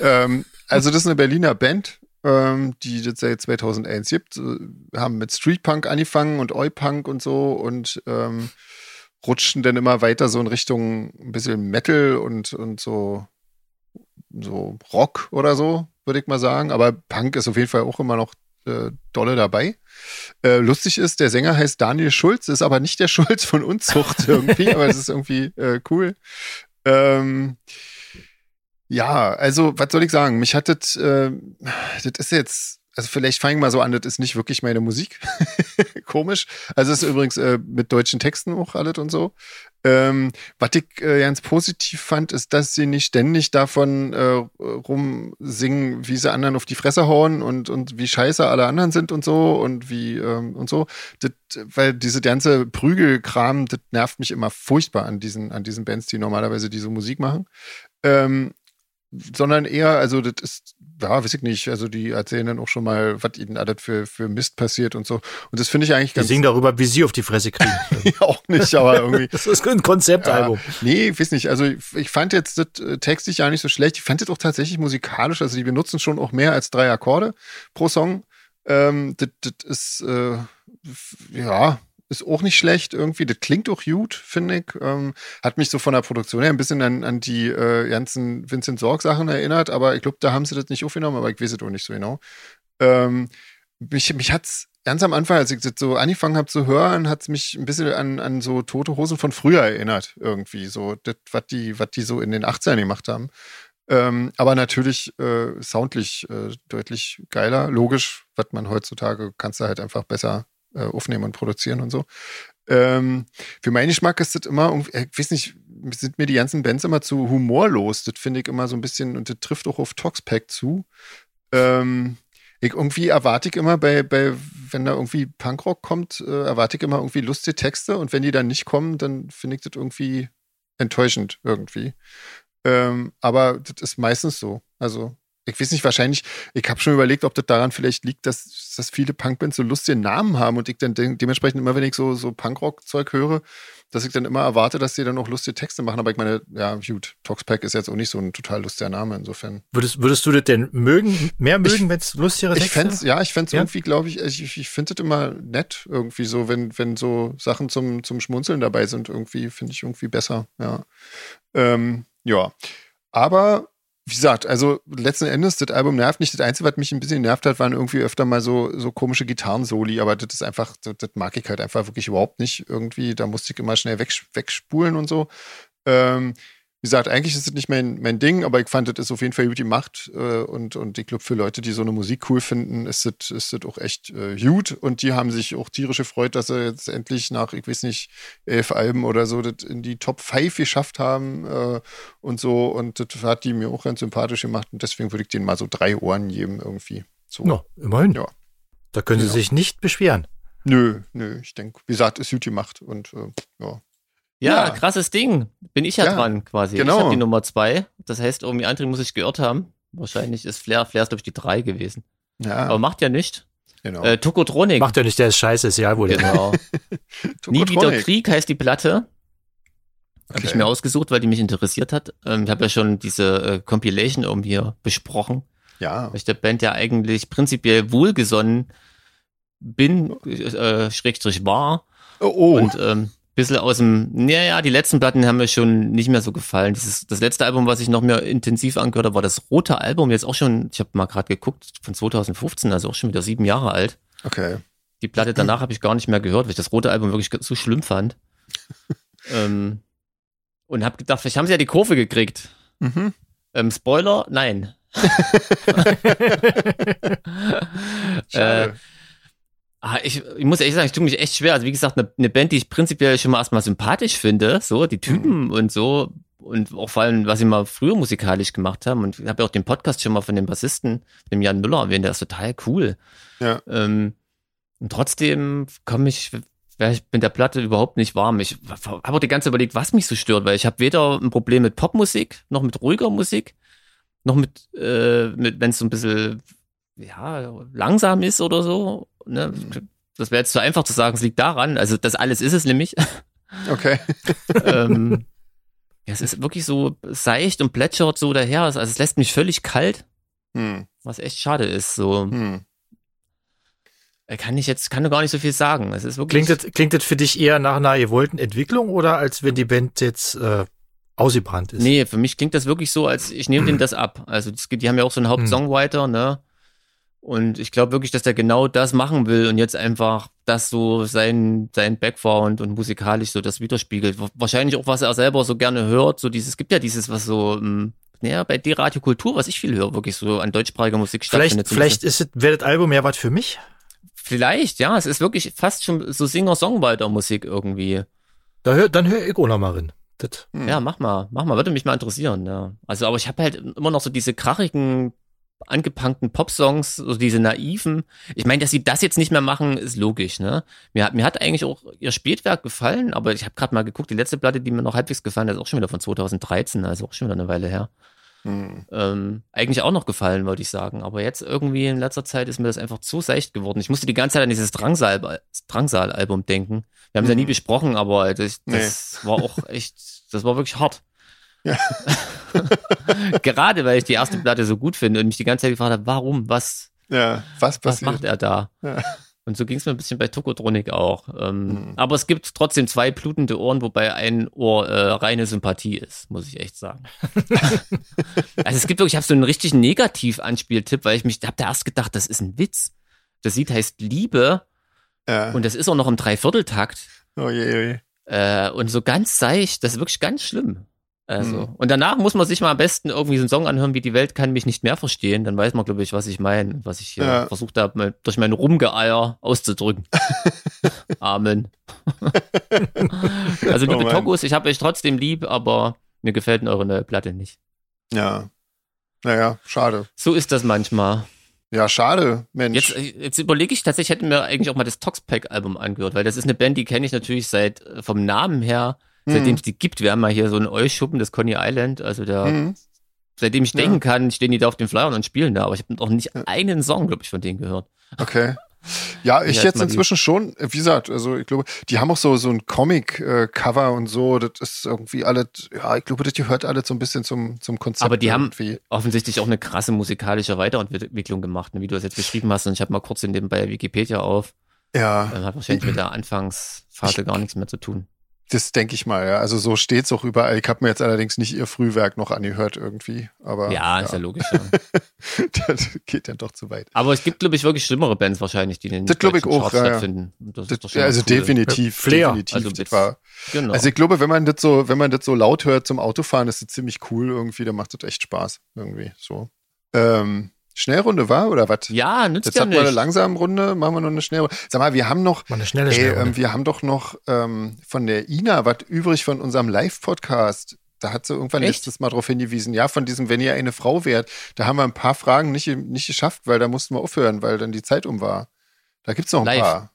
S2: ähm, also, das ist eine Berliner Band, ähm, die das seit 2001 gibt. Äh, Haben mit Streetpunk angefangen und Oi-Punk und so und ähm, rutschen dann immer weiter so in Richtung ein bisschen Metal und, und so, so Rock oder so, würde ich mal sagen. Aber Punk ist auf jeden Fall auch immer noch äh, dolle dabei. Äh, lustig ist, der Sänger heißt Daniel Schulz, ist aber nicht der Schulz von Unzucht irgendwie, aber es ist irgendwie äh, cool. Ähm, ja, also, was soll ich sagen? Mich hat das, äh, das ist jetzt, also vielleicht fange ich mal so an, das ist nicht wirklich meine Musik. Komisch. Also, es ist übrigens äh, mit deutschen Texten auch alles und so. Ähm, was ich äh, ganz positiv fand, ist, dass sie nicht ständig davon äh, rumsingen, wie sie anderen auf die Fresse hauen und, und wie scheiße alle anderen sind und so und wie ähm, und so. Das, weil diese ganze Prügelkram, das nervt mich immer furchtbar an diesen, an diesen Bands, die normalerweise diese Musik machen. Ähm, sondern eher, also das ist, ja, weiß ich nicht, also die erzählen dann auch schon mal, was ihnen alles für, für Mist passiert und so. Und das finde ich eigentlich
S1: Die
S2: ganz
S1: singen darüber, wie sie auf die Fresse kriegen.
S2: auch nicht, aber irgendwie.
S1: Das ist ein Konzeptalbum.
S2: Ja, nee, ich weiß nicht. Also ich, ich fand jetzt das äh, textlich ja nicht so schlecht. Ich fand das auch tatsächlich musikalisch. Also die benutzen schon auch mehr als drei Akkorde pro Song. Ähm, das, das ist äh, f- ja ist auch nicht schlecht irgendwie. Das klingt auch gut, finde ich. Ähm, hat mich so von der Produktion her ein bisschen an, an die äh, ganzen Vincent Sorg-Sachen erinnert, aber ich glaube, da haben sie das nicht aufgenommen, aber ich weiß es auch nicht so genau. Ähm, mich, mich hat's ganz am Anfang, als ich das so angefangen habe zu hören, hat's mich ein bisschen an, an so tote Hosen von früher erinnert, irgendwie. So, das, was die, was die so in den 80ern gemacht haben. Ähm, aber natürlich äh, soundlich äh, deutlich geiler. Logisch, was man heutzutage kannst du halt einfach besser äh, aufnehmen und produzieren und so. Ähm, für meinen Geschmack ist das immer, irgendwie- ich weiß nicht, sind mir die ganzen Bands immer zu humorlos. Das finde ich immer so ein bisschen, und das trifft auch auf Toxpack zu. Ähm, ich irgendwie erwarte ich immer bei, bei, wenn da irgendwie Punkrock kommt, äh, erwarte ich immer irgendwie lustige Texte und wenn die dann nicht kommen, dann finde ich das irgendwie enttäuschend irgendwie. Ähm, aber das ist meistens so. Also ich weiß nicht, wahrscheinlich, ich habe schon überlegt, ob das daran vielleicht liegt, dass, dass viele Punkbands so lustige Namen haben und ich dann de dementsprechend immer, wenn ich so, so Punkrock-Zeug höre, dass ich dann immer erwarte, dass die dann auch lustige Texte machen. Aber ich meine, ja, gut, Toxpack ist jetzt auch nicht so ein total lustiger Name insofern.
S1: Würdest, würdest du das denn mögen, mehr mögen, wenn es lustigere
S2: Ich
S1: Texte
S2: fänd's, ja, ich fänd's
S1: Ja.
S2: irgendwie, glaube ich, ich, ich finde das immer nett, irgendwie so, wenn, wenn so Sachen zum, zum Schmunzeln dabei sind, irgendwie, finde ich irgendwie besser, ja. Ähm, ja. Aber, wie gesagt, also letzten Endes, das Album nervt nicht. Das Einzige, was mich ein bisschen nervt hat, waren irgendwie öfter mal so, so komische Gitarrensoli, aber das ist einfach, das, das mag ich halt einfach wirklich überhaupt nicht irgendwie. Da musste ich immer schnell wegsch- wegspulen und so. Ähm, wie gesagt, eigentlich ist es nicht mein, mein Ding, aber ich fand, das ist auf jeden Fall gut gemacht. Äh, und, und ich glaube, für Leute, die so eine Musik cool finden, ist das, ist das auch echt äh, gut. Und die haben sich auch tierisch gefreut, dass sie jetzt endlich nach, ich weiß nicht, elf Alben oder so, das in die Top 5 geschafft haben äh, und so. Und das hat die mir auch ganz sympathisch gemacht. Und deswegen würde ich denen mal so drei Ohren geben irgendwie. So.
S1: Na, immerhin.
S2: Ja.
S1: Da können
S2: Ja.
S1: Sie sich nicht beschweren.
S2: Nö, nö, ich denke, wie gesagt, ist gut gemacht. Und äh, ja.
S3: Ja,
S2: Ja.
S3: krasses Ding. Bin ich ja,
S2: Ja,
S3: dran quasi.
S2: genau.
S3: Ich habe die Nummer zwei. Das heißt, irgendwie andere muss ich geirrt haben. Wahrscheinlich ist Flair, Flair ist glaube ich die drei gewesen.
S2: Ja,
S3: Aber macht ja nicht.
S2: genau.
S3: Ähm, Äh, Tokotronik.
S1: Macht ja nicht, der ist scheiße, ist ja wohl.
S3: genau. Nie wieder
S2: Tokotronic.
S3: Krieg heißt die Platte. Habe
S2: Okay.
S3: ich mir ausgesucht, weil die mich interessiert hat. Ähm, ich habe ja schon diese äh, Compilation um hier besprochen,
S2: Ja,
S3: weil ich der Band ja eigentlich prinzipiell wohlgesonnen bin, äh, schrägstrich war.
S2: Oh, oh.
S3: Und ähm, bisschen aus dem, naja, die letzten Platten haben mir schon nicht mehr so gefallen. Das, ist, das letzte Album, was ich noch mehr intensiv angehört habe, war das rote Album. Jetzt auch schon, ich habe mal gerade geguckt, von 2015, also auch schon wieder sieben Jahre alt.
S2: okay.
S3: Die Platte danach habe ich gar nicht mehr gehört, weil ich das rote Album wirklich so schlimm fand. ähm, und habe gedacht, vielleicht haben sie ja die Kurve gekriegt.
S2: Mhm.
S3: Ähm, Spoiler, nein. äh,
S2: Schade.
S3: Ah, Ich, ich muss ehrlich sagen, ich tue mich echt schwer. Also wie gesagt, eine, eine Band, die ich prinzipiell schon mal erstmal sympathisch finde, so die Typen und so und auch vor allem, was sie mal früher musikalisch gemacht haben. Und ich habe ja auch den Podcast schon mal von dem Bassisten, dem Jan Müller erwähnt, der ist total cool.
S2: Ja.
S3: Ähm, und trotzdem komme ich, wär ich mit der Platte überhaupt nicht warm. Ich habe auch die ganze überlegt, was mich so stört, weil ich habe weder ein Problem mit Popmusik, noch mit ruhiger Musik, noch mit, äh, mit wenn es so ein bisschen ja, langsam ist oder so. Ne? Das wäre jetzt zu einfach zu sagen, es liegt daran. Also das alles ist es nämlich.
S2: okay.
S3: ähm, ja, es ist wirklich so seicht und plätschert so daher. Also es lässt mich völlig kalt,
S2: Hm.
S3: was echt schade ist. So
S2: Hm.
S3: äh, kann ich jetzt, kann doch gar nicht so viel sagen. Es ist wirklich.
S1: Klingt das, klingt das für dich eher nach einer gewollten Entwicklung oder als wenn die Band jetzt äh, ausgebrannt ist?
S3: Nee, für mich klingt das wirklich so, als ich nehme denen das ab. Also das, die haben ja auch so einen
S1: Hm.
S3: Hauptsongwriter, ne? Und ich glaube wirklich, dass der genau das machen will und jetzt einfach das so sein, sein Background und musikalisch so das widerspiegelt. Wa- Wahrscheinlich auch, was er selber so gerne hört. So dieses, es gibt ja dieses, was so, ähm, naja, bei der Radio Kultur, was ich viel höre, wirklich so an deutschsprachiger Musik
S1: Vielleicht,
S3: stattfindet.
S1: vielleicht ist es, wäre das Album ja was für mich.
S3: vielleicht, ja, es ist wirklich fast schon so Singer-Songwriter-Musik irgendwie.
S1: Da hör, dann höre ich auch noch mal rein. Das,
S2: Hm.
S3: Ja, mach mal, mach mal, würde mich mal interessieren, ja. Also, aber ich habe halt immer noch so diese krachigen, angepunkten Popsongs, so diese naiven. Ich meine, dass sie das jetzt nicht mehr machen, ist logisch, ne? Mir hat, mir hat eigentlich auch ihr Spätwerk gefallen, aber ich habe gerade mal geguckt, die letzte Platte, die mir noch halbwegs gefallen hat, ist auch schon wieder von 2013, also auch schon wieder eine Weile her.
S2: Hm.
S3: Ähm, eigentlich auch noch gefallen, wollte ich sagen. Aber jetzt irgendwie in letzter Zeit ist mir das einfach zu seicht geworden. Ich musste die ganze Zeit an dieses Drangsal- Drangsal-Album denken. Wir haben es ja nie
S2: Mhm.
S3: besprochen, aber das, das war auch echt, das war wirklich hart.
S2: Ja.
S3: Gerade weil ich die erste Platte so gut finde und mich die ganze Zeit gefragt habe, warum, was,
S2: Ja, was
S3: was
S2: passiert?
S3: macht er da?
S2: Ja.
S3: Und so ging es mir ein bisschen bei Tokotronik auch. Ähm,
S2: Mhm.
S3: Aber es gibt trotzdem zwei blutende Ohren, wobei ein Ohr äh, reine Sympathie ist, muss ich echt sagen. also es gibt wirklich, ich habe so einen richtigen Negativ-Anspieltipp, weil ich mich, habe da erst gedacht, das ist ein Witz. Das Lied heißt Liebe
S2: ja.
S3: und das ist auch noch im Dreivierteltakt
S2: oh je, oh je.
S3: äh, und so ganz seicht. Das ist wirklich ganz schlimm. Also
S2: Mhm.
S3: und danach muss man sich mal am besten irgendwie so einen Song anhören, wie die Welt kann mich nicht mehr verstehen. Dann weiß man, glaube ich, was ich meine, was ich hier
S2: Ja.
S3: versucht habe, mal durch mein Rumgeeier auszudrücken. Amen. also
S2: Oh
S3: liebe
S2: Mann.
S3: Tokus, ich habe euch trotzdem lieb, aber mir gefällt eure neue Platte nicht.
S2: Ja. Naja, schade.
S3: So ist das manchmal.
S2: Ja, schade, Mensch.
S3: Jetzt, äh, jetzt überlege ich tatsächlich, hätten wir eigentlich auch mal das Toxpack-Album angehört, weil das ist eine Band, die kenne ich natürlich seit äh, vom Namen her,
S2: Hm.
S3: seitdem es die gibt. Wir haben mal hier so einen Euschuppen, das Coney Island, also der,
S2: Hm.
S3: seitdem ich
S2: Ja.
S3: denken kann, stehen die da auf den Flyern und spielen da, aber ich habe noch nicht einen Song, glaube ich, von denen gehört.
S2: Okay. Ja, ich
S3: Ja,
S2: jetzt
S3: mal die-
S2: inzwischen schon, äh, wie gesagt, also ich glaube, die haben auch so, so ein Comic-Cover und so, das ist irgendwie alles, ja, ich glaube, das gehört alles so ein bisschen zum, zum Konzept.
S3: Aber die haben-
S2: irgendwie.
S3: Offensichtlich auch eine krasse musikalische Weiterentwicklung gemacht, ne, wie du das jetzt beschrieben hast. Und ich habe mal kurz in dem bei Wikipedia auf,
S2: Ja,
S3: ähm, hat wahrscheinlich mit der Anfangsphase gar nichts mehr zu tun.
S2: Das denke ich mal, ja. Also so steht's auch überall. Ich habe mir jetzt allerdings nicht ihr Frühwerk noch angehört irgendwie. Aber
S3: Ja, ist ja logisch. Ja.
S2: das geht dann doch zu weit.
S3: Aber es gibt, glaube ich, wirklich schlimmere Bands wahrscheinlich, die in den
S2: Das glaub ich
S3: deutschen
S2: auch,
S3: Charts
S2: ja, ja.
S3: stattfinden. Und Das
S2: Das,
S3: ist doch schon
S2: also
S3: mal cool.
S2: definitiv,
S1: Flair.
S2: definitiv.
S3: Also
S2: das
S3: Bits.
S2: war,
S3: Genau.
S2: also ich glaube, wenn man das so, wenn man das so laut hört zum Autofahren, ist das ziemlich cool irgendwie. Dann macht das echt Spaß irgendwie. So. Ähm, Schnellrunde war oder was?
S3: ja, nützt
S2: Jetzt
S3: ja
S2: hatten wir eine
S3: nicht.
S2: langsame Runde, machen wir noch eine Schnellrunde. Sag mal, wir haben noch,
S1: Mal eine schnelle
S2: Ey,
S1: Schnelle.
S2: ähm, wir haben doch noch ähm, von der Ina was übrig von unserem Live-Podcast. Da hat sie irgendwann
S3: Echt?
S2: letztes Mal darauf hingewiesen, ja, von diesem, wenn ihr eine Frau wärt. Da haben wir ein paar Fragen nicht, nicht geschafft, weil da mussten wir aufhören, weil dann die Zeit um war. Da gibt es noch ein
S3: Live.
S2: paar.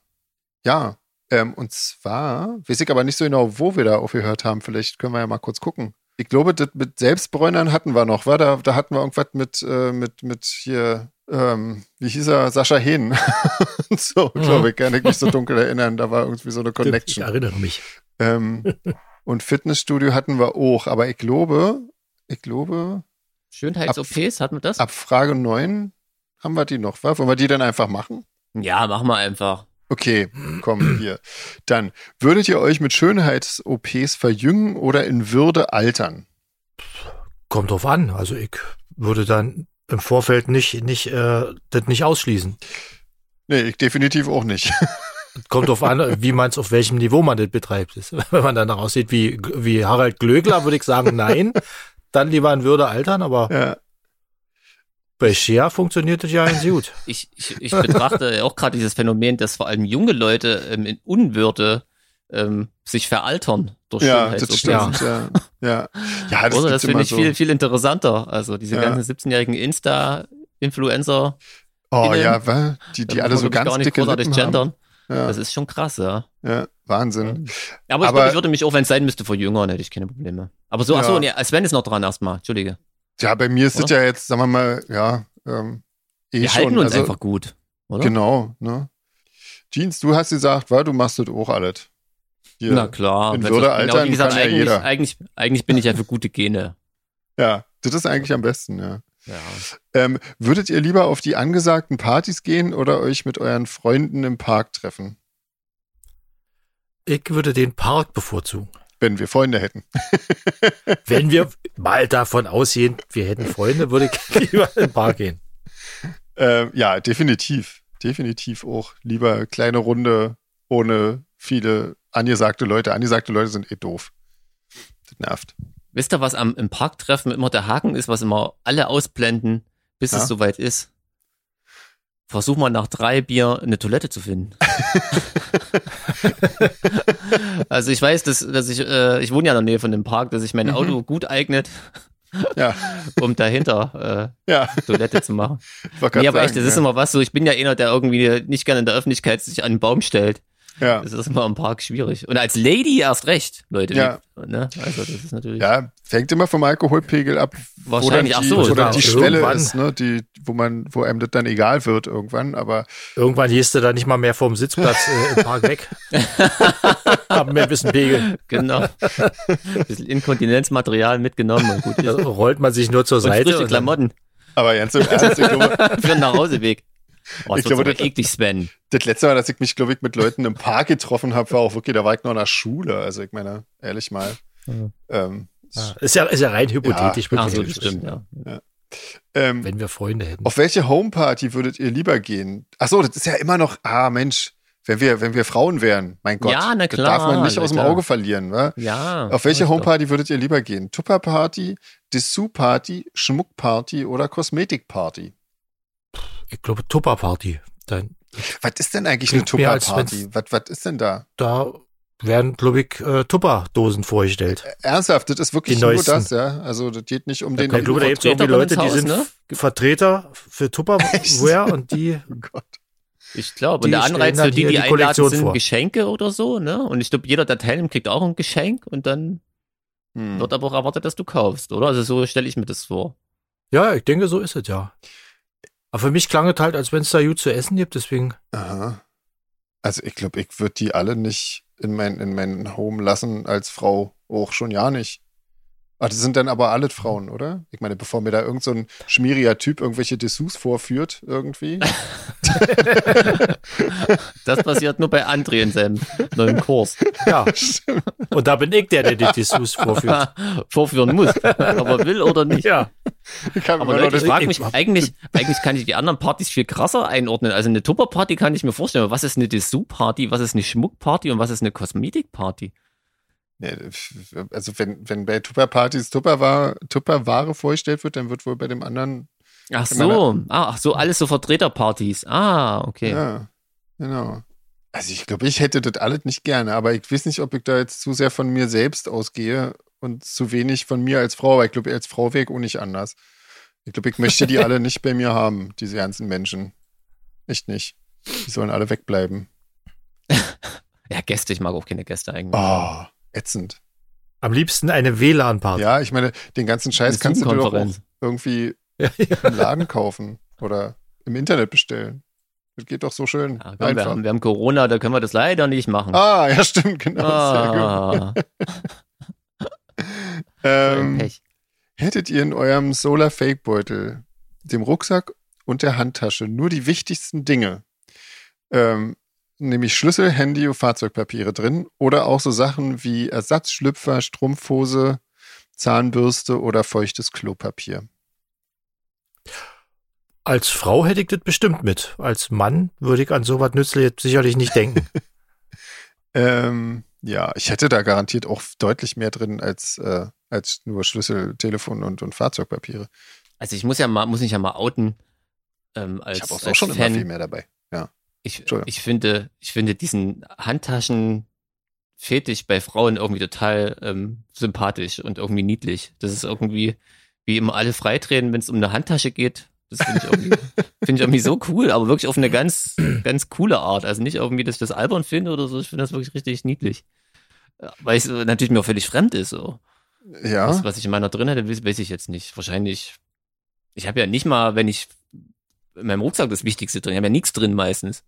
S2: Ja. Ähm, und zwar, weiß ich aber nicht so genau, wo wir da aufgehört haben. Vielleicht können wir ja mal kurz gucken. Ich glaube, das mit Selbstbräunern hatten wir noch, war da, da hatten wir irgendwas mit, äh, mit, mit hier, ähm, wie hieß er, Sascha Hehn. Und so,
S1: Mhm.
S2: glaube ich, kann ich mich so dunkel erinnern. Da war irgendwie so eine
S1: Ich
S2: Connection.
S1: erinnere mich.
S2: Ähm, und Fitnessstudio hatten wir auch, aber ich glaube, ich glaube,
S3: Schönheits-OPs, hat man das?
S2: ab Frage 9 haben wir die noch, wa? Wollen wir die dann einfach machen?
S3: Ja, machen wir einfach.
S2: Okay, komm hier. Dann, würdet ihr euch mit Schönheits-OPs verjüngen oder in Würde altern?
S1: Kommt drauf an. Also ich würde dann im Vorfeld nicht, nicht, äh, das nicht ausschließen.
S2: Nee, ich definitiv auch nicht.
S1: Kommt drauf an, wie man es, auf welchem Niveau man das betreibt. Das- Wenn man danach aussieht wie, wie Harald Glögler, würde ich sagen, nein. Dann lieber in Würde altern, aber
S2: ja.
S1: bei Shea funktioniert das ja ganz gut.
S3: Ich, ich, ich betrachte ja auch gerade dieses Phänomen, dass vor allem junge Leute ähm, in Unwürde ähm, sich veraltern durch
S2: Ja, das
S3: Schönheits-OPs.
S2: stimmt. Ja, ja. ja das,
S3: Oder
S2: gibt's
S3: das
S2: immer
S3: finde ich
S2: so.
S3: viel, viel interessanter. Also diese
S2: Ja.
S3: ganzen 17-jährigen Insta-Influencer,
S2: Oh
S3: innen.
S2: ja, wa? die, die
S3: da
S2: alle
S3: muss
S2: so
S3: man, glaub ich,
S2: ganz
S3: gar nicht
S2: dicke
S3: großartig
S2: Lippen haben.
S3: gendern.
S2: Ja,
S3: Das ist schon krass, ja.
S2: ja, Wahnsinn.
S3: Aber ich,
S2: Aber-
S3: glaub, ich würde mich auch, wenn es sein müsste, verjüngern, hätte ich keine Probleme. Aber so, ach so,
S2: Ja.
S3: nee, Sven ist noch dran erstmal, Entschuldige.
S2: Ja, bei mir ist das
S3: Oder?
S2: ja jetzt, sagen wir mal, ja, ähm, eh
S3: Wir
S2: schon.
S3: halten uns
S2: also,
S3: einfach gut, oder?
S2: Genau, ne? Jeans, du hast gesagt, weil du machst das auch alles. Hier.
S3: Na klar.
S2: In
S3: wenn's
S2: Würde
S3: das-
S2: altern kann ja
S3: eigentlich,
S2: jeder.
S3: Eigentlich, eigentlich bin ich ja für gute Gene.
S2: Ja, das ist eigentlich am besten, ja.
S3: Ja.
S2: Ähm, würdet ihr lieber auf die angesagten Partys gehen oder euch mit euren Freunden im Park treffen,
S1: Ich würde den Park bevorzugen.
S2: wenn wir Freunde hätten?
S1: Wenn wir mal davon ausgehen, wir hätten Freunde, würde ich lieber in den Park gehen.
S2: Ähm, ja, definitiv. Definitiv auch. Lieber kleine Runde ohne viele angesagte Leute. Angesagte Leute sind eh doof. Das nervt.
S3: Wisst ihr, was am, im Parktreffen immer der Haken ist, was immer alle ausblenden, bis
S2: Ja.
S3: es soweit ist? Versuch mal nach drei Bier eine Toilette zu finden. also ich weiß, dass, dass ich, äh, ich wohne ja in der Nähe von dem Park, dass sich mein
S2: Mhm.
S3: Auto gut eignet,
S2: Ja,
S3: um dahinter
S2: ja.
S3: äh, Toilette zu machen.
S2: war grad
S3: Nee, aber echt,
S2: sagen,
S3: das ist
S2: ja.
S3: immer was so. Ich bin ja einer, der irgendwie nicht gerne in der Öffentlichkeit sich an einen Baum stellt.
S2: ja.
S3: Das ist immer im Park schwierig. Und als Lady erst recht, Leute.
S2: Ja.
S3: Ne? Also das ist natürlich
S2: Ja, fängt immer vom Alkoholpegel ab, wo dann die,
S3: wahrscheinlich. Ach so,
S2: wo dann
S1: genau.
S2: die Schwelle
S1: Irgendwann.
S2: ist, ne, die, wo man, wo einem das dann egal wird irgendwann, aber
S1: Irgendwann gehst du da nicht mal mehr vom Sitzplatz äh, im Park weg. Haben mehr ein bisschen Pegel.
S3: genau. Ein bisschen Inkontinenzmaterial mitgenommen und gut.
S1: Da
S3: Ist.
S1: rollt man sich nur zur
S3: Und
S1: Seite.
S3: frische
S1: und dann-
S3: Klamotten
S2: aber ganz im Ernst, ich glaube,
S3: für den Nachhauseweg. Oh,
S2: Ich
S3: das wird
S2: glaube,
S3: aber
S2: das-
S3: eklig, Sven.
S2: das letzte Mal, dass ich mich, glaube ich, mit Leuten im Park getroffen habe, war auch wirklich, da war ich noch in der Schule, also ich meine, ehrlich mal.
S3: Mhm.
S2: Ähm,
S1: Ja, Ist ja, ist ja rein hypothetisch.
S2: Ja,
S3: Ach so,
S1: wirklich.
S3: das stimmt, ja.
S2: ähm,
S1: Wenn wir Freunde hätten.
S2: auf welche Homeparty würdet ihr lieber gehen? Ach so, das ist ja immer noch, ah Mensch, wenn wir, wenn wir Frauen wären, mein Gott,
S3: Ja, na
S2: das
S3: klar,
S2: darf man nicht
S3: na
S2: aus dem
S3: klar.
S2: Auge verlieren, wa?
S3: Ja.
S2: Auf welche
S3: Ich glaub-
S2: Homeparty würdet ihr lieber gehen? Tupperparty, Dessous-Party, Schmuckparty oder Kosmetikparty?
S1: Ich glaube, Tupperparty. Dann,
S2: Was ist denn eigentlich
S1: Klingt
S2: eine
S1: mir, als
S2: Tupperparty? Was, was ist denn da?
S1: da werden, glaube ich, äh, Tupperdosen vorgestellt.
S2: Äh, Ernsthaft, das ist wirklich
S1: Die
S2: nur
S1: neuesten.
S2: das, ja? Also das geht nicht um den...
S1: ich glaube, da gibt es irgendwie
S3: Vertreter
S1: Leute,
S3: bei
S1: die
S3: uns
S1: sind
S3: Haus,
S1: Vertreter für Tupperware und die
S2: Oh Gott.
S3: Ich glaube, und
S1: Die
S3: der
S1: stellen
S3: Anreiz
S1: dann
S3: für die,
S1: hier
S3: die
S1: die
S3: einladen,
S1: Kollektion
S3: sind
S1: vor.
S3: Geschenke oder so, ne? Und ich glaube, jeder, der teilnimmt, kriegt auch ein Geschenk und dann
S2: Hm.
S3: wird aber auch erwartet, dass du kaufst, oder? Also so stelle ich mir das vor.
S1: Ja, ich denke, so ist es ja. Aber für mich klang es halt, als wenn es da gut zu essen gibt, deswegen.
S2: Aha. Also ich glaube, ich würde die alle nicht in mein, in mein Home lassen als Frau. Auch schon ja nicht. Ach, das sind dann aber alle Frauen, oder? Ich meine, bevor mir da irgend so ein schmieriger Typ irgendwelche Dessous vorführt, irgendwie.
S3: Das passiert nur bei André in seinem neuen Kurs.
S1: Ja. Und da bin ich der, der die Dessous vorführt.
S3: Vorführen muss, aber will oder nicht.
S1: Ja.
S2: Ich kann
S3: Aber
S2: immer
S3: Leute,
S2: noch
S3: ich
S2: das-
S3: frage mich, eigentlich, eigentlich kann ich die anderen Partys viel krasser einordnen. Also eine Tupperparty kann ich mir vorstellen. aber Was ist eine Dessous-Party? Was ist eine Schmuckparty? Und was ist eine Kosmetikparty?
S2: Nee, also wenn, wenn bei Tupperpartys Tupperware, Tupperware vorgestellt wird, dann wird wohl bei dem anderen.
S3: Ach
S2: Ich
S3: so, ah, ach so, alles so Vertreterpartys. Ah, okay.
S2: Ja, genau. Also ich glaube, ich hätte das alles nicht gerne, aber ich weiß nicht, ob ich da jetzt zu sehr von mir selbst ausgehe und zu wenig von mir als Frau, weil ich glaube, als Frau wäre ich auch nicht anders. Ich glaube, ich möchte die alle nicht bei mir haben, diese ganzen Menschen. Echt nicht. Die sollen alle wegbleiben.
S3: Ja, Gäste, ich mag auch keine Gäste eigentlich.
S2: Oh, ätzend.
S1: Am liebsten eine WLAN-Party.
S2: Ja, ich meine, den ganzen
S3: Eine
S2: Scheiß kannst du dir doch auch
S3: Zoom-Konferenz.
S2: irgendwie
S1: Ja, ja.
S2: im Laden kaufen oder im Internet bestellen. Das geht doch so schön.
S3: Ja, Ah, komm, wir,
S2: Einfach.
S3: haben, wir haben Corona, da können wir das leider nicht machen.
S2: Ah, ja, stimmt, genau. Sehr gut.
S3: Ah,
S2: Ähm,
S3: Pech.
S2: hättet ihr in eurem Solar Fake Beutel, dem Rucksack und der Handtasche nur die wichtigsten Dinge, ähm, nämlich Schlüssel, Handy und Fahrzeugpapiere drin oder auch so Sachen wie Ersatzschlüpfer, Strumpfhose, Zahnbürste oder feuchtes Klopapier?
S1: Als Frau hätte ich das bestimmt mit. Als Mann würde ich an sowas Nützliches sicherlich nicht denken.
S2: Ähm, ja, ich hätte da garantiert auch deutlich mehr drin als, äh, als nur Schlüssel, Telefon und, und Fahrzeugpapiere.
S3: Also ich muss ja mal, muss mich ja mal outen. Ähm, als,
S2: ich habe auch,
S3: als
S2: auch schon
S3: Fan.
S2: immer viel mehr dabei.
S3: Ich,
S2: Entschuldigung.
S3: ich finde, ich finde diesen Handtaschenfetisch bei Frauen irgendwie total ähm, sympathisch und irgendwie niedlich. Das ist irgendwie, wie immer alle freitreten, wenn es um eine Handtasche geht. Das finde ich, irgendwie- finde ich irgendwie so cool, aber wirklich auf eine ganz, ganz coole Art. Also nicht irgendwie, dass ich das albern finde oder so. Ich finde das wirklich richtig niedlich. Ja, Weil es äh, natürlich mir auch völlig fremd ist. So.
S2: Ja.
S1: Ah.
S3: Was, was ich in meiner drin hätte, weiß, weiß ich jetzt nicht. Wahrscheinlich, ich habe ja nicht mal, wenn ich in meinem Rucksack das Wichtigste drin, ich habe ja nichts drin meistens.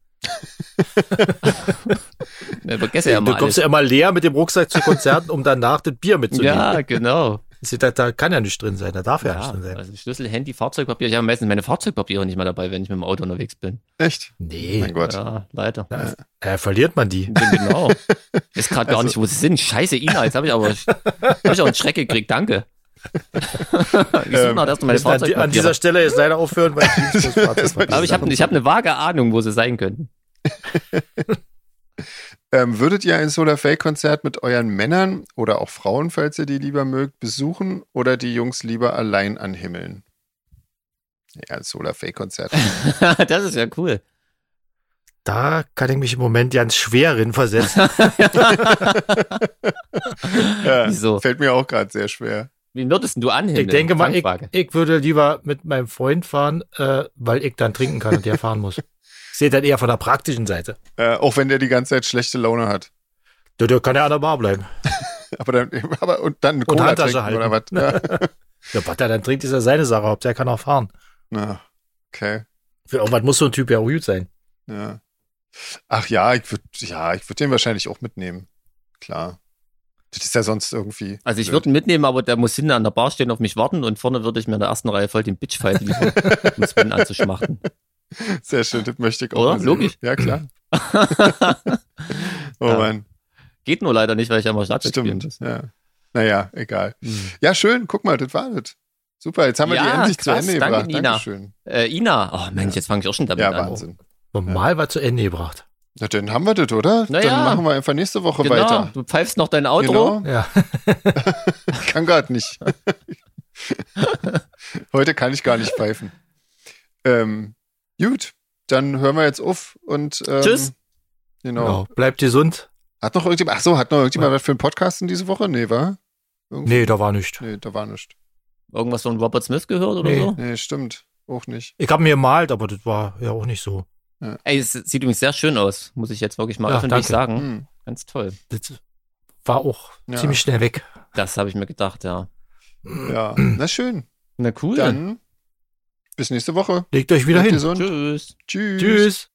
S3: ich vergesse ja
S1: du
S3: mal
S1: kommst
S3: alles.
S1: ja immer leer mit dem Rucksack zu Konzerten, um danach das Bier mitzunehmen.
S3: Ja, genau.
S1: Das ist- Da, da kann ja nicht drin sein, da darf ja,
S3: Ja,
S1: nicht drin sein.
S3: also Schlüssel, Handy, Fahrzeugpapier. Ich habe meistens meine Fahrzeugpapiere nicht mal dabei, wenn ich mit dem Auto unterwegs bin.
S2: Echt?
S1: Nee,
S2: Mein Gott.
S3: Ja, leider.
S1: da Äh, verliert man die.
S3: Genau. Ist gerade gar
S2: Also-
S3: nicht, wo sie sind. Scheiße, Ina, jetzt habe ich aber hab ich auch einen Schreck gekriegt. Danke. ich suche
S2: Ähm,
S3: noch erstmal
S1: Müssen An, die-
S3: meine
S1: an
S3: Fahrzeugpapiere.
S1: dieser Stelle jetzt leider aufhören, weil ich lieb's, das Fahrzeugpapier
S3: Aber ich habe
S1: zusammen-
S3: ich hab eine vage Ahnung, wo sie sein könnten.
S2: Ähm, würdet ihr ein Solar Fake Konzert mit euren Männern oder auch Frauen, falls ihr die lieber mögt, besuchen oder die Jungs lieber allein anhimmeln? Ja, ein Solar Fake Konzert.
S3: das ist ja cool.
S1: Da kann ich mich im Moment ganz schwer drin versetzen.
S2: ja,
S3: Wieso?
S2: Fällt mir auch gerade sehr schwer.
S3: Wen würdest denn du anhimmeln?
S1: ich denke mal, ich,
S3: Fangfrage.
S1: ich würde lieber mit meinem Freund fahren, äh, weil ich dann trinken kann und der fahren muss. Ich sehe dann eher von der praktischen Seite.
S2: Äh, auch wenn der die ganze Zeit schlechte Laune hat.
S1: Da, da kann er an der Bar bleiben.
S2: Aber dann, aber, und dann eine Cola
S1: Handtasche
S2: trinken oder was? Ja.
S1: Ja, was er dann trinkt, ist ja seine Sache. Hauptsache, er kann auch fahren.
S2: Na, okay.
S1: Für irgendwas muss so ein Typ ja auch gut sein.
S2: Ja. Ach ja, ich würde ja, ich würde den wahrscheinlich auch mitnehmen. Klar. Das ist ja sonst irgendwie.
S3: also ich
S2: blöd.
S3: würde ihn mitnehmen, aber der muss hinten an der Bar stehen, auf mich warten und vorne würde ich mir in der ersten Reihe voll den Bitchfight liefern, um Sven anzuschmachten.
S2: Sehr schön, das möchte ich auch.
S3: Oder?
S2: mal sehen.
S3: Logisch.
S2: Ja, klar. oh
S3: Ja.
S2: Mann,
S3: Geht nur leider nicht, weil ich ja mal Schlagzeug spielen
S2: stimmt.
S3: muss.
S2: Ja. Naja, egal. Ja, schön, guck mal, das war das. Super, jetzt haben wir
S3: Hm. Ja,
S2: die endlich
S3: krass,
S2: zu Ende
S3: danke,
S2: gebracht.
S3: Nina.
S2: Dankeschön.
S3: Äh, Ina, oh Mensch, jetzt fange ich also. auch schon damit
S2: Ja,
S3: an.
S2: Wahnsinn.
S1: Normal war zu Ende gebracht.
S2: Na, dann haben wir das, oder?
S3: Na ja.
S2: Dann machen wir einfach nächste Woche
S3: Genau,
S2: weiter. Genau.
S3: du pfeifst noch dein Outro.
S1: Ja.
S2: Ich kann gerade nicht. Heute kann ich gar nicht pfeifen. Ähm, gut, dann hören wir jetzt auf und ähm,
S3: Tschüss.
S2: Genau.
S1: Genau. Bleibt gesund.
S2: Hat noch irgendjemand, ach so, hat noch irgendjemand was für einen Podcast in diese Woche? Nee, war?
S1: Nee, da war nichts.
S2: Nee, da war nichts.
S3: Irgendwas von Robert Smith gehört oder
S1: Nee.
S3: so?
S2: Nee, stimmt. Auch nicht.
S1: Ich habe mir gemalt, aber das war ja auch nicht so.
S3: Ey, es sieht übrigens sehr schön aus, muss ich jetzt wirklich mal
S1: Ja,
S3: öffentlich
S1: danke.
S3: sagen.
S2: Hm.
S3: Ganz toll.
S1: Das war auch
S2: Ja.
S1: ziemlich schnell weg.
S3: Das habe ich mir gedacht, ja.
S2: Hm, Ja. Na schön.
S3: Na cool.
S2: Dann bis nächste Woche.
S1: Legt euch wieder
S2: Bleibt
S1: hin.
S2: gesund.
S3: Tschüss.
S2: Tschüss.
S1: Tschüss.